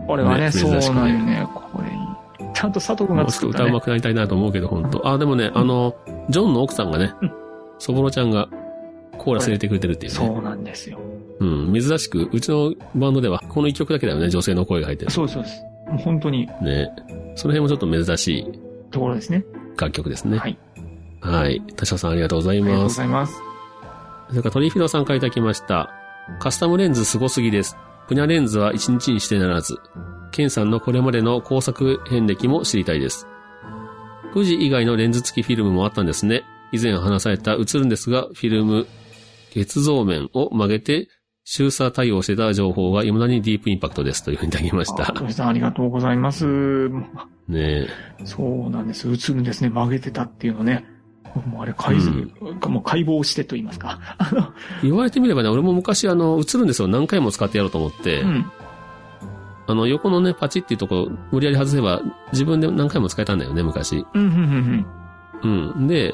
[SPEAKER 2] これはね、
[SPEAKER 1] ね
[SPEAKER 2] そう
[SPEAKER 1] 珍しくね
[SPEAKER 2] なんよね。これいい。ちゃんと佐藤くん
[SPEAKER 1] もう
[SPEAKER 2] が
[SPEAKER 1] ちょ
[SPEAKER 2] 作
[SPEAKER 1] っと
[SPEAKER 2] っ
[SPEAKER 1] 歌
[SPEAKER 2] た、
[SPEAKER 1] う
[SPEAKER 2] ね
[SPEAKER 1] ま。くなりたいなと思うけど、本当あ、でもね、あの、ジョンの奥さんがね
[SPEAKER 2] うん、
[SPEAKER 1] そぼろちゃんがコーラス入れてくれてるっていうね。
[SPEAKER 2] そうなんですよ。
[SPEAKER 1] うん、珍しく、うちのバンドでは、この一曲だけだよね、女性の声が入ってる。
[SPEAKER 2] そうですそうです。もう本当に、
[SPEAKER 1] ね。その辺もちょっと珍しい
[SPEAKER 2] ところですね。
[SPEAKER 1] 楽曲ですね。
[SPEAKER 2] はい。
[SPEAKER 1] はい。田代さんありがとうござい
[SPEAKER 2] ありがとう
[SPEAKER 1] ま
[SPEAKER 2] ご
[SPEAKER 1] す。
[SPEAKER 2] ざいます。
[SPEAKER 1] それからトリフィドさんからいただきました。カスタムレンズすごすぎです。プニャレンズは一日にしてならず。ケンさんのこれまでの工作遍歴も知りたいです。富士以外のレンズ付きフィルムもあったんですね。以前話された映るんですが、フィルム、月像面を曲げて、周差対応してた情報が未だにディープインパクトですというふうにいただきまし
[SPEAKER 2] あ
[SPEAKER 1] た。
[SPEAKER 2] トシさんありがとうございます。
[SPEAKER 1] ねえ。
[SPEAKER 2] そうなんです。映るんですね。曲げてたっていうのね。僕もあれ解像、もう解剖してと言いますか。あの、
[SPEAKER 1] 言われてみればね、俺も昔あの、映るんですを何回も使ってやろうと思って、
[SPEAKER 2] うん。
[SPEAKER 1] あの、横のね、パチっていうところ、無理やり外せば、自分で何回も使えたんだよね、昔。
[SPEAKER 2] うん、うん、うん、
[SPEAKER 1] うん。で、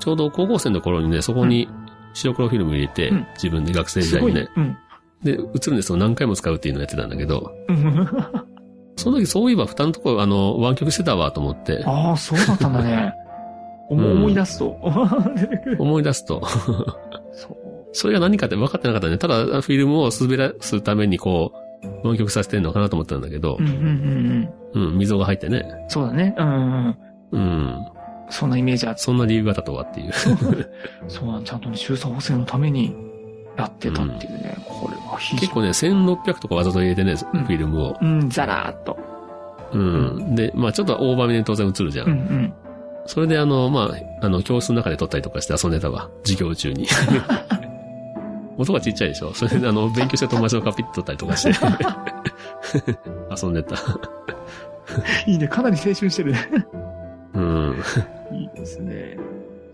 [SPEAKER 1] ちょうど高校生の頃にね、そこに白黒フィルム入れて、
[SPEAKER 2] うん
[SPEAKER 1] 自分で学
[SPEAKER 2] う
[SPEAKER 1] 生
[SPEAKER 2] ん。
[SPEAKER 1] 時
[SPEAKER 2] す
[SPEAKER 1] 代
[SPEAKER 2] ごい
[SPEAKER 1] に
[SPEAKER 2] ね
[SPEAKER 1] ね。。
[SPEAKER 2] うん。
[SPEAKER 1] で、映るんですを何回も使うっていうのをやってたんだけど、
[SPEAKER 2] うん
[SPEAKER 1] その時そういえば蓋のところ、あの、湾曲してたわと思って、
[SPEAKER 2] ああ、そうだったんだね。
[SPEAKER 1] ん
[SPEAKER 2] 思思い出すと。出てくる
[SPEAKER 1] 思い出すと、
[SPEAKER 2] そう。
[SPEAKER 1] それが何かって分かってなかったね。ただ、フィルムを滑らすためにこう、湾曲させてんのかなと思ったんだけど
[SPEAKER 2] う、ん、うん、うん、
[SPEAKER 1] うん、溝が入ってね。
[SPEAKER 2] うん。そうだね。うんうん、うん。
[SPEAKER 1] うん。
[SPEAKER 2] そんなイメージあって。
[SPEAKER 1] そんな理由があったとは っていう。
[SPEAKER 2] そうなん、ちゃんとね、周査補正のためにやってたっていうね。これは非常に
[SPEAKER 1] 結構ね、1600とかわざと入れてね、フ
[SPEAKER 2] うん
[SPEAKER 1] ィルムを。
[SPEAKER 2] うん、ザラーっと。
[SPEAKER 1] うん。で、まあちょっとオーバーめに当然映るじゃ。
[SPEAKER 2] うんん
[SPEAKER 1] それであの、まああの、教室の中で撮ったりとかして遊んでたわ。授業中 に。音がちっちゃいでしょそれであの、勉強してる友達のカピッと撮ったりと かして。遊んでた。
[SPEAKER 2] うん。いいね、かなり青春してるね。
[SPEAKER 1] うん。
[SPEAKER 2] いいですね。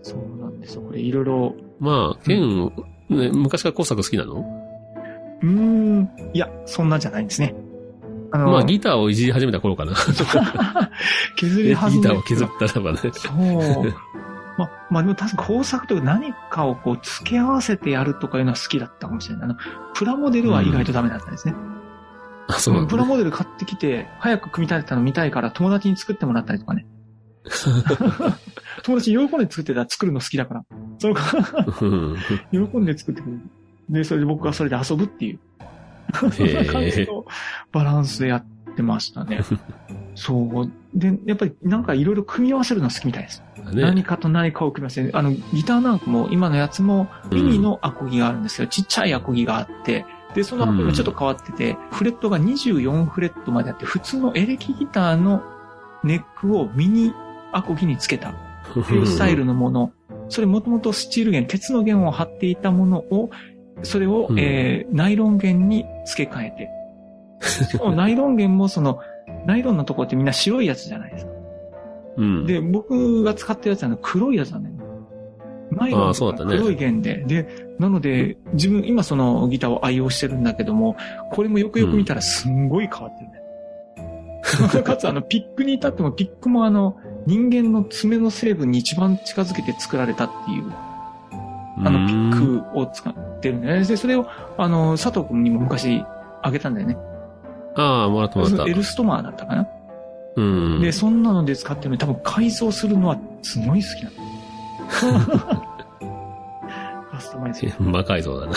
[SPEAKER 2] そうなんですよ。これいろいろ、
[SPEAKER 1] まあ、ケン、ね、昔から工作好きなの
[SPEAKER 2] うーん、いや、そんなんじゃないんですね。あの、
[SPEAKER 1] まあギターをいじり始めた頃かな。
[SPEAKER 2] 削り
[SPEAKER 1] ギタ
[SPEAKER 2] 始め
[SPEAKER 1] ーを削ったらばね。
[SPEAKER 2] そう。まあ、まあでも確か工作というか何かをこう付け合わせてやるとかいうのは好きだったかもしれない。あの、プラモデルは意外とダメだったんですね。
[SPEAKER 1] あ、そうなん
[SPEAKER 2] プラ
[SPEAKER 1] だ。
[SPEAKER 2] モデル買ってきて、早く組み立てたの見たいから友達に作ってもらったりとかね。友達喜んで作ってた作るの好きだから。その子が
[SPEAKER 1] うん。
[SPEAKER 2] 喜んで作ってくれる。で、それで僕がそれで遊ぶっていう。
[SPEAKER 1] へ
[SPEAKER 2] 感じ
[SPEAKER 1] え。
[SPEAKER 2] のバランスでやっってましたね。そう。で、やっぱりなんかいろいろ組み合わせるの好きみたいです。何
[SPEAKER 1] ね。
[SPEAKER 2] かと何かを組み合わせる。あの、ギターなんかも今のやつもミニのアコギがあるんですけど、ちっちゃいアコギがあって、で、そのアコギがちょっと変わってて、フレットが24フレットまであって、普通のエレキギターのネックをミニアコギにつけた。フルスタイルのもの、それもともとスチール弦、鉄の弦を張っていたものを、それを、
[SPEAKER 1] うん
[SPEAKER 2] えーナイロン弦に付け替 えて。しかもナイロン弦もその、ナイロンのとこってみんな白いやつじゃないですか。
[SPEAKER 1] うん。
[SPEAKER 2] で、僕が使ってるやつはね黒いやつなんだよね。ナイロ
[SPEAKER 1] あ
[SPEAKER 2] ン
[SPEAKER 1] ーそうだ
[SPEAKER 2] と
[SPEAKER 1] った
[SPEAKER 2] か
[SPEAKER 1] ね
[SPEAKER 2] 黒い弦で。で、なので、自分、今そのギターを愛用してるんだけども、これもよくよく見たらすんごい変わってるね。 かつ、あの、ピックに至っても、ピックもあの、人間の爪の成分に一番近づけて作られたっていう、あの、ピ
[SPEAKER 1] うん。
[SPEAKER 2] ックを使ってるんだよね。で、それを、あの、佐藤君にも昔あげたんだよね。
[SPEAKER 1] ああ、もらったもら
[SPEAKER 2] そ
[SPEAKER 1] った
[SPEAKER 2] のエ。ルストマーだったかな。
[SPEAKER 1] うん。
[SPEAKER 2] で、そんなので使ってるのに多分改造するのはすごい好きな の。カスタマイズ。
[SPEAKER 1] 魔改造だな。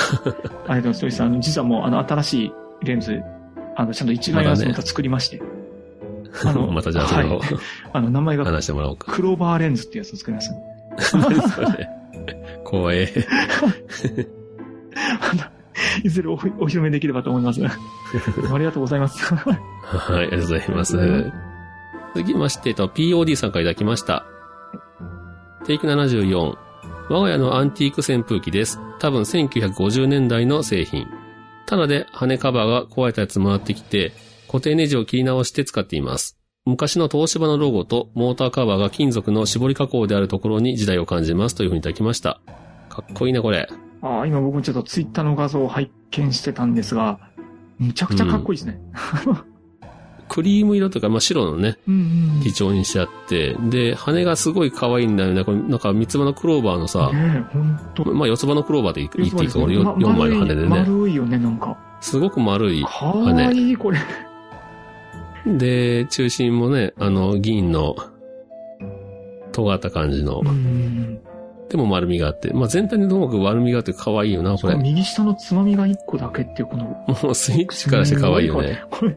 [SPEAKER 2] あれでも、トシさん、あの実はもうあの新しいレンズ、あの、ちゃんと一眼レンズまた作りま して。あの
[SPEAKER 1] またじゃあそれを
[SPEAKER 2] はいあの、名前が
[SPEAKER 1] 話してもらおうか。
[SPEAKER 2] クローバーレンズってやつを作ります、ね。
[SPEAKER 1] 何 それ怖え。
[SPEAKER 2] あのいずれおお披露目できればと思 います。ありがとうございます。
[SPEAKER 1] はい、ありがとうございます。続きまして、えっと POD さんからいただきました。テイク74。我が家のアンティーク扇風機です。多分1950年代の製品。ただで羽根カバーが壊れたやつもらってきて、固定ネジを切り直して使っています。昔の東芝のロゴとモーターカバーが金属の絞り加工であるところに時代を感じますというふうにいただきました。かっこいいな、これ。
[SPEAKER 2] あー今僕もちょっとツイッターの画像を拝見してたんですが、むちゃくちゃかっこいいですね。
[SPEAKER 1] クリーム色というか、まあ、白のね、
[SPEAKER 2] うんうん
[SPEAKER 1] 基調にしちゃって、で、羽がすごい可愛いんだよね。これ、なんか三つ葉のクローバーのさ、
[SPEAKER 2] ねえ、ほんと。
[SPEAKER 1] まあ四つ葉のクローバーでいいっていいか、これ
[SPEAKER 2] ま
[SPEAKER 1] 4枚の羽で
[SPEAKER 2] 丸い
[SPEAKER 1] ね。
[SPEAKER 2] 丸いよね、なんか。
[SPEAKER 1] すごく丸い。
[SPEAKER 2] かわいい、これ。
[SPEAKER 1] で、中心もね、あの、銀の、尖った感じの
[SPEAKER 2] う、ん。
[SPEAKER 1] でも丸みがあって、まあ全体にともかく丸みがあって可愛いよな、これ。
[SPEAKER 2] 右下のつまみが1個だけっていう、この。
[SPEAKER 1] もうスイッチからして可愛いよね。
[SPEAKER 2] これ。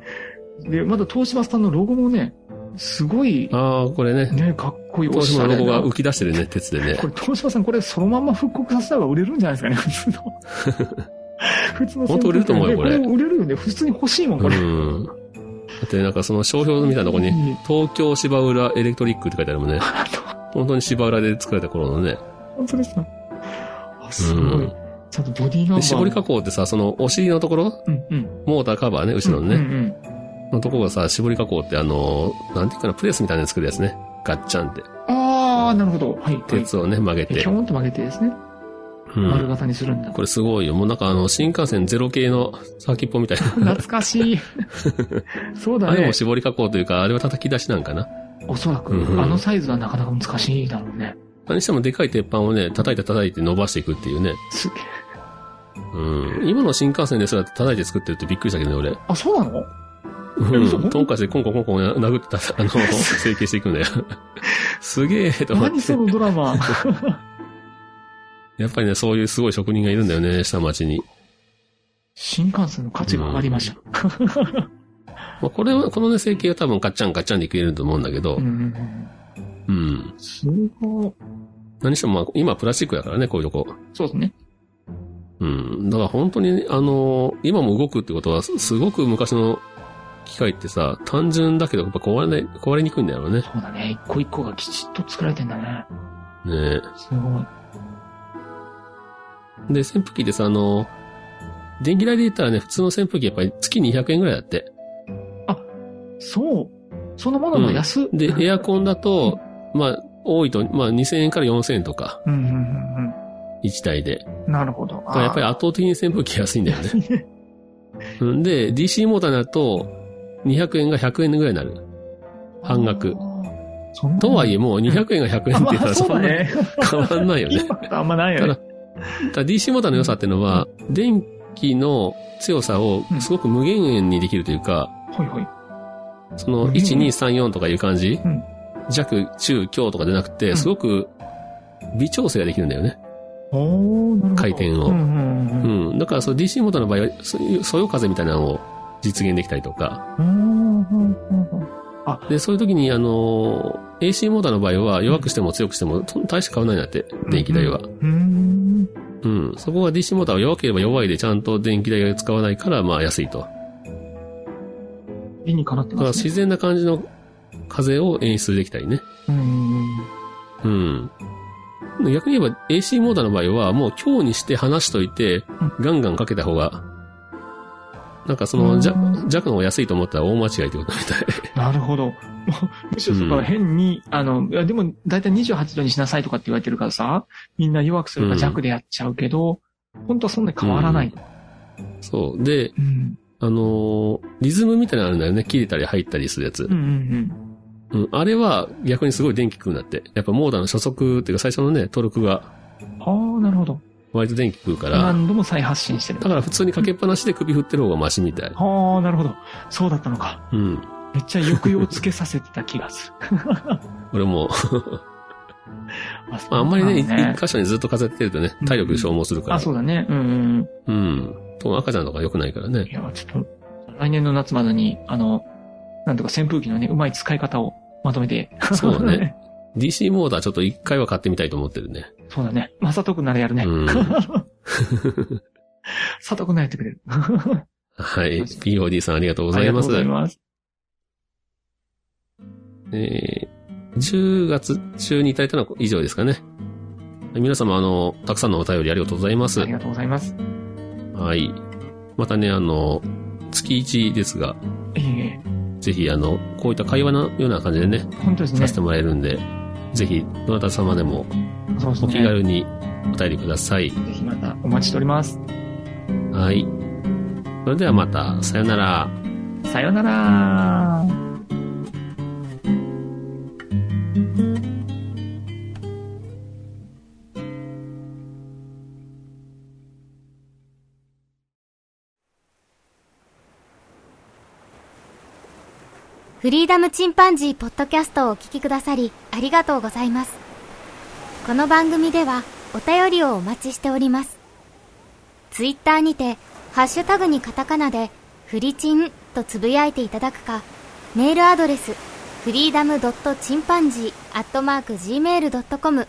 [SPEAKER 2] で、まだ東芝さんのロゴもね、すごい、
[SPEAKER 1] ああ、これね。
[SPEAKER 2] ね、かっこいい、
[SPEAKER 1] 当時のロゴが浮
[SPEAKER 2] こ
[SPEAKER 1] き出してるね、鉄で
[SPEAKER 2] れ、
[SPEAKER 1] ね。
[SPEAKER 2] 東芝さん、これそのまんま復刻させた方が売れるんじゃないですかね、 普通の。普通の
[SPEAKER 1] 本当売れると思うよ
[SPEAKER 2] ね
[SPEAKER 1] これ
[SPEAKER 2] 売れるよね。普通に欲しいもん、
[SPEAKER 1] う
[SPEAKER 2] これ。
[SPEAKER 1] ん。だってなんかその商標みたいなとこに、
[SPEAKER 2] に。
[SPEAKER 1] 東京芝浦エレクトリックって書いてあるもんね。
[SPEAKER 2] あと
[SPEAKER 1] 本当に芝浦で作られた頃のね。
[SPEAKER 2] 本当ですか。あ、す
[SPEAKER 1] う
[SPEAKER 2] ごい
[SPEAKER 1] ん。
[SPEAKER 2] ちゃんとボディナンバー
[SPEAKER 1] で
[SPEAKER 2] も。
[SPEAKER 1] 絞り加工ってさ、そのお尻のところ、
[SPEAKER 2] うんうん。
[SPEAKER 1] モーターカバーね、後ろのね、
[SPEAKER 2] うんうんうん。
[SPEAKER 1] のところがさ、絞り加工ってあのー、なんていうかな、プレスみたいなの作るやつね。ガッチャンって。
[SPEAKER 2] ああ、なるほど。はい。はい
[SPEAKER 1] 鉄をね、曲げ
[SPEAKER 2] え
[SPEAKER 1] て
[SPEAKER 2] ひょ。んと曲げてですね、
[SPEAKER 1] う
[SPEAKER 2] 丸
[SPEAKER 1] ん。
[SPEAKER 2] 型にするんだ。
[SPEAKER 1] これすごいよ。もうなんかあの、新幹線ゼロ系の先っぽみたいな。
[SPEAKER 2] 懐か しい。そうだ
[SPEAKER 1] あれ
[SPEAKER 2] ね
[SPEAKER 1] も。絞り加工というか、あれは叩き出しなんかな。
[SPEAKER 2] おそらく、
[SPEAKER 1] うんうん
[SPEAKER 2] あのサイズはなかなか難しいだろうね。
[SPEAKER 1] 何してもでかい鉄板をね、叩いて叩いて伸ばしていくっていうね。
[SPEAKER 2] すげえ。
[SPEAKER 1] うん。今の新幹線ですら叩いて作ってるってびっくりしたけどね、俺。
[SPEAKER 2] あ、そうなの嘘
[SPEAKER 1] うん。トンカチでコンコンコンコン殴ってた、あ の、成形していくんだよ。 すげえと思って。
[SPEAKER 2] 何そのドラマ。
[SPEAKER 1] やっぱりね、そういうすごい職人がいるんだよね、下町に。
[SPEAKER 2] 新幹線の価値が上がりました。
[SPEAKER 1] まあ、これは、このね、成形は多分ガッチャンガッチャンでいけると思うんだけど
[SPEAKER 2] うん、うんう
[SPEAKER 1] う
[SPEAKER 2] ん
[SPEAKER 1] ん。
[SPEAKER 2] すごい。
[SPEAKER 1] 何しても、まあ、今プラスチックだからね、こういうとこ。
[SPEAKER 2] そうですね。
[SPEAKER 1] うん。だから本当に、あのー今も動くってことは、すすごく昔の機械ってさ、単純だけど、やっぱ壊れない、壊れにくいんだよね。
[SPEAKER 2] そうだね。一個一個がきちっと作られてんだね。
[SPEAKER 1] ね
[SPEAKER 2] すごい。
[SPEAKER 1] えで、扇風機でさ、あのー電気代で言ったらね、普通の扇風機やっぱり月200円ぐらいだって。
[SPEAKER 2] そう。そのものの安。うん、
[SPEAKER 1] で、エアコンだと、まあ、多いと、まあ、2000円から4000円とか、
[SPEAKER 2] うんうん
[SPEAKER 1] 1台で。
[SPEAKER 2] うん。なるほど。
[SPEAKER 1] だからやっぱり
[SPEAKER 2] あ
[SPEAKER 1] 圧倒的に扇風機安いんだよね。
[SPEAKER 2] ー
[SPEAKER 1] うんで、DC モーターだと、200円が100円ぐらいになる。半額。
[SPEAKER 2] そんな
[SPEAKER 1] とはいえ、もう200円が100円って言った
[SPEAKER 2] まあ
[SPEAKER 1] ら
[SPEAKER 2] そ
[SPEAKER 1] そう
[SPEAKER 2] だ
[SPEAKER 1] んな
[SPEAKER 2] ね。
[SPEAKER 1] 変わんないよ
[SPEAKER 2] イ
[SPEAKER 1] ね。
[SPEAKER 2] ンパクトあんまないよね。
[SPEAKER 1] ただ DC モーターの良さっていうのは、電気の強さをすごく無限円にできるというか、
[SPEAKER 2] ほいほい。
[SPEAKER 1] その
[SPEAKER 2] うん
[SPEAKER 1] 1、2、3、4とかいう感じ
[SPEAKER 2] うん、
[SPEAKER 1] 弱、中、強とかじゃなく
[SPEAKER 2] う
[SPEAKER 1] て、
[SPEAKER 2] ん
[SPEAKER 1] すごく微調整ができるんだよね。
[SPEAKER 2] おーなるほど
[SPEAKER 1] 回転を
[SPEAKER 2] うんうんうん
[SPEAKER 1] うん。だからその DC モーターの場合は、そそよ風みたいなのを実現できたりとか。
[SPEAKER 2] うんうんうんうん
[SPEAKER 1] で、そういう時に、あの、AC モーターの場合は弱くしても強くしても、と大して変わらないんだって、電気代は。
[SPEAKER 2] うん。
[SPEAKER 1] うん。そこは DC モーターは弱ければ弱いでちゃんと電気代が使わないから、まあ安いと。
[SPEAKER 2] 理にかなって
[SPEAKER 1] だから
[SPEAKER 2] ます
[SPEAKER 1] 自
[SPEAKER 2] ね。
[SPEAKER 1] 然な感じの風を演出できたりね。
[SPEAKER 2] うんうん
[SPEAKER 1] うん。逆に言えば AC モーターの場合は、もう強にして離しといて、ガンガンかけた方が、なんかその弱
[SPEAKER 2] う
[SPEAKER 1] 弱の方が安いと思ったら大間違いってことみたい。
[SPEAKER 2] なるほど。もうむしろそこは変に、あの、いやでも、だいたい28度にしなさいとかって言われてるからさ、みんな弱くするか
[SPEAKER 1] うん
[SPEAKER 2] 弱でやっちゃうけど、本当はそんなに変わらない。
[SPEAKER 1] そう。で、
[SPEAKER 2] うん。
[SPEAKER 1] あのーリズムみたいなのあるんだよね。切れたり入ったりするやつ
[SPEAKER 2] うんう。ん
[SPEAKER 1] うん。あれは逆にすごい電気食うんだって。やっぱモーターの初速っていうか最初のね、トルクが
[SPEAKER 2] うん。ああ、なるほど。
[SPEAKER 1] 割と電気食うから、
[SPEAKER 2] 何度も再発信してる
[SPEAKER 1] だ。から普通にかけっぱなしで首振ってる方がマシみたい。
[SPEAKER 2] ああ、なるほど。そうだったのか。
[SPEAKER 1] うん。
[SPEAKER 2] めっちゃ抑揚つけさせてた気がする。
[SPEAKER 1] 俺も、
[SPEAKER 2] あそ う
[SPEAKER 1] まああんまりね、一
[SPEAKER 2] なんだ
[SPEAKER 1] 一箇所にずっと飾ってるとね、体力消耗するから。
[SPEAKER 2] あ、そうだね。うん
[SPEAKER 1] う
[SPEAKER 2] うん。
[SPEAKER 1] ん。と赤ちゃんとか良くないからね
[SPEAKER 2] い。や、ちょっと、来年の夏までに、あの、なんとか扇風機のね、うまい使い方をまとめて。
[SPEAKER 1] そうだね。DC モーターちょっと一回は買ってみたいと思ってるね。
[SPEAKER 2] そうだね。 まあ、佐藤くんならやるね。
[SPEAKER 1] うん
[SPEAKER 2] 佐藤くんならやってくれる。
[SPEAKER 1] はい。POD さんありがとうございます。
[SPEAKER 2] ありがとうございます。
[SPEAKER 1] えー、10月中にいただいたのは以上ですかね。はい皆様、あの、たくさんのお便りありがとうございます
[SPEAKER 2] あり。がとうございます。
[SPEAKER 1] はい。またね、あの、月1ですが、
[SPEAKER 2] いえいえ、
[SPEAKER 1] ぜひ、あの、こういった会話のような感じでね、
[SPEAKER 2] 本当ですね。
[SPEAKER 1] させて
[SPEAKER 2] そ
[SPEAKER 1] もらえるんで、ぜひ、どなた様でも
[SPEAKER 2] うです
[SPEAKER 1] お気
[SPEAKER 2] ね。
[SPEAKER 1] 軽にお便りください。
[SPEAKER 2] ぜひまたお待ちしております。
[SPEAKER 1] はい。それではまた、さよなら。
[SPEAKER 2] さよなら。
[SPEAKER 3] フリーダムチンパンジーポッドキャストをお聞きくださりありがとうございます。この番組ではお便りをお待ちしております。ツイッターにて、ハッシュタグにカタカナで、フリチンとつぶやいていただくか、メールアドレス、フリーダムドットチンパンジーアットマーク Gmail.com、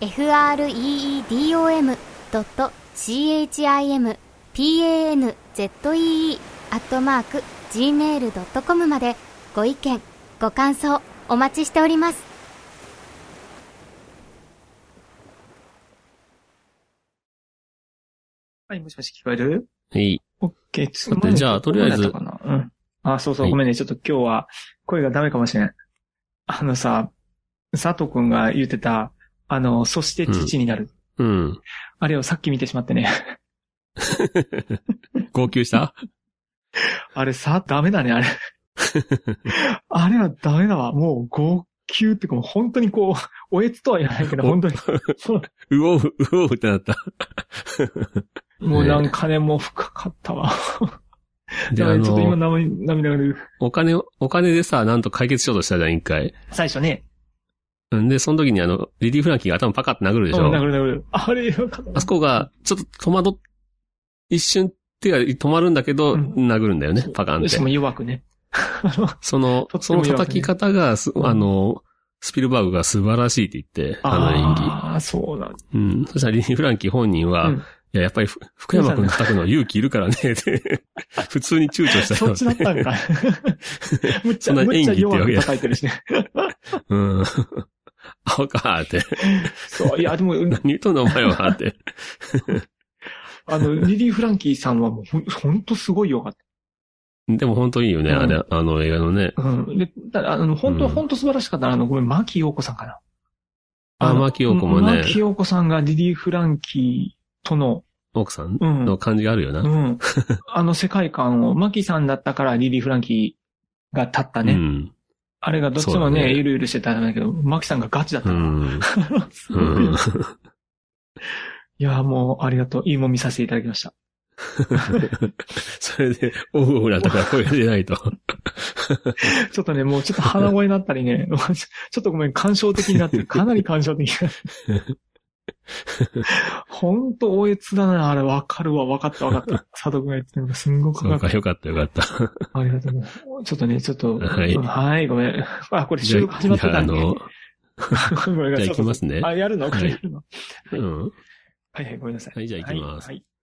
[SPEAKER 3] freedom ドット chimpanzee アットマーク Gmail.com まで、ご意見、ご感想、お待ちしております。
[SPEAKER 2] はい、もしもし聞こえる
[SPEAKER 1] はい。
[SPEAKER 2] ?OK。ちょっ
[SPEAKER 1] 待ってじゃあとりあえず
[SPEAKER 2] どうだったかなうん。あ、そうそ
[SPEAKER 1] は
[SPEAKER 2] う、
[SPEAKER 1] い
[SPEAKER 2] ごめんね。ちょっと今日は声がダメかもしれん。あのさ、佐藤くんが言ってた、あの、そして父になる。
[SPEAKER 1] うん。
[SPEAKER 2] あれをさっき見てしまってね。
[SPEAKER 1] 号泣した
[SPEAKER 2] あれさ、ダメだね、あれ。あれはダメだわ。もう号泣ってか、もう本当にこう、おえつとは言わないけど、
[SPEAKER 1] お
[SPEAKER 2] 本当に。 そう
[SPEAKER 1] うおう、うおうってなった。
[SPEAKER 2] もうなんかね、もう深かったわ。
[SPEAKER 1] で、
[SPEAKER 2] だか
[SPEAKER 1] あ
[SPEAKER 2] らちょっと今
[SPEAKER 1] の、
[SPEAKER 2] 涙涙が出る。
[SPEAKER 1] お金を、お金でさ、なんと解決しようとしたじゃん、一回。
[SPEAKER 2] 最初ね。
[SPEAKER 1] んで、その時にあの、リリー・フランキーが頭パカって殴るでし
[SPEAKER 2] うん
[SPEAKER 1] ょ。
[SPEAKER 2] 殴る殴る。あれよかった
[SPEAKER 1] あ。そこが、ちょっと戸惑っ、一瞬手が止まるんだけど、
[SPEAKER 2] うん
[SPEAKER 1] 殴るんだよね、パカンっ
[SPEAKER 2] してか。も弱くね。
[SPEAKER 1] その
[SPEAKER 2] と、って
[SPEAKER 1] そ
[SPEAKER 2] も
[SPEAKER 1] の
[SPEAKER 2] いいわけ
[SPEAKER 1] 叩
[SPEAKER 2] ね
[SPEAKER 1] き方がす、あの、スピルバーグが素晴らしいって言って、あの演
[SPEAKER 2] ああ、そうなんだ。
[SPEAKER 1] 技。うん。そしたらリリー・フランキー本人は、
[SPEAKER 2] うん
[SPEAKER 1] いや、やっぱりふ福山君叩くのは勇気いるからね、って、 普通に躊躇した
[SPEAKER 2] そ
[SPEAKER 1] よ
[SPEAKER 2] っちだったんか。むっち
[SPEAKER 1] そ
[SPEAKER 2] ゃ、
[SPEAKER 1] んな
[SPEAKER 2] むっ
[SPEAKER 1] 演技
[SPEAKER 2] ち
[SPEAKER 1] っ
[SPEAKER 2] ゃ
[SPEAKER 1] て
[SPEAKER 2] 弱
[SPEAKER 1] わけ
[SPEAKER 2] く
[SPEAKER 1] じゃ
[SPEAKER 2] 叩いてるしね。
[SPEAKER 1] うん。青かーって。
[SPEAKER 2] そう、いや、でも、
[SPEAKER 1] 何言うとんのお前はって。
[SPEAKER 2] あの、リリー・フランキーさんはもうほん、ほんとすごいよかっ
[SPEAKER 1] でも本当いいよね、
[SPEAKER 2] うん
[SPEAKER 1] あれ、あの映画のね。
[SPEAKER 2] た。うん。で、ただ、あの、本当、
[SPEAKER 1] うん
[SPEAKER 2] 本当素晴らしかったな。あの、ごめん、牧陽子さんかな。
[SPEAKER 1] あ、
[SPEAKER 2] の
[SPEAKER 1] 牧陽子もね、
[SPEAKER 2] 牧陽子さんがリリー・フランキーとの、
[SPEAKER 1] 奥さん
[SPEAKER 2] うん。
[SPEAKER 1] の感じがあるよな。
[SPEAKER 2] うん。あの世界観を、牧さんだったからリリー・フランキーが立った
[SPEAKER 1] う
[SPEAKER 2] ね。
[SPEAKER 1] ん。
[SPEAKER 2] あれがどっちも
[SPEAKER 1] そうだ
[SPEAKER 2] ね、
[SPEAKER 1] ね
[SPEAKER 2] ゆるゆるしてたんだけど、牧さんがガチだっ
[SPEAKER 1] う
[SPEAKER 2] たから。
[SPEAKER 1] ん。うん。
[SPEAKER 2] いや、もう、ありがとう。いいもん見させていただきました。
[SPEAKER 1] それで、オフオフなったから声が出ない と。
[SPEAKER 2] ちょっとね、もうちょっ と鼻声になったりね、ちょっとごめん、感傷的になってる。かなり感傷的になってるほんと、おえつだな、あれ。わかるわ、わかった、わかった。佐藤君が言ってたのがすんごく
[SPEAKER 1] そう
[SPEAKER 2] わか
[SPEAKER 1] か、
[SPEAKER 2] っ
[SPEAKER 1] よかったよかった。
[SPEAKER 2] た。ありがとうございます。ちょっとね、ちょっと。
[SPEAKER 1] はい
[SPEAKER 2] ごめん。あ、これ収録 始まってたんで。
[SPEAKER 1] じゃあ、
[SPEAKER 2] ごめんなさ
[SPEAKER 1] じゃあ行きますね
[SPEAKER 2] あ、やるのこれやるの
[SPEAKER 1] あの、うん。
[SPEAKER 2] はいはい、ごめんなさい。
[SPEAKER 1] はいじゃあ行きます
[SPEAKER 2] はいはい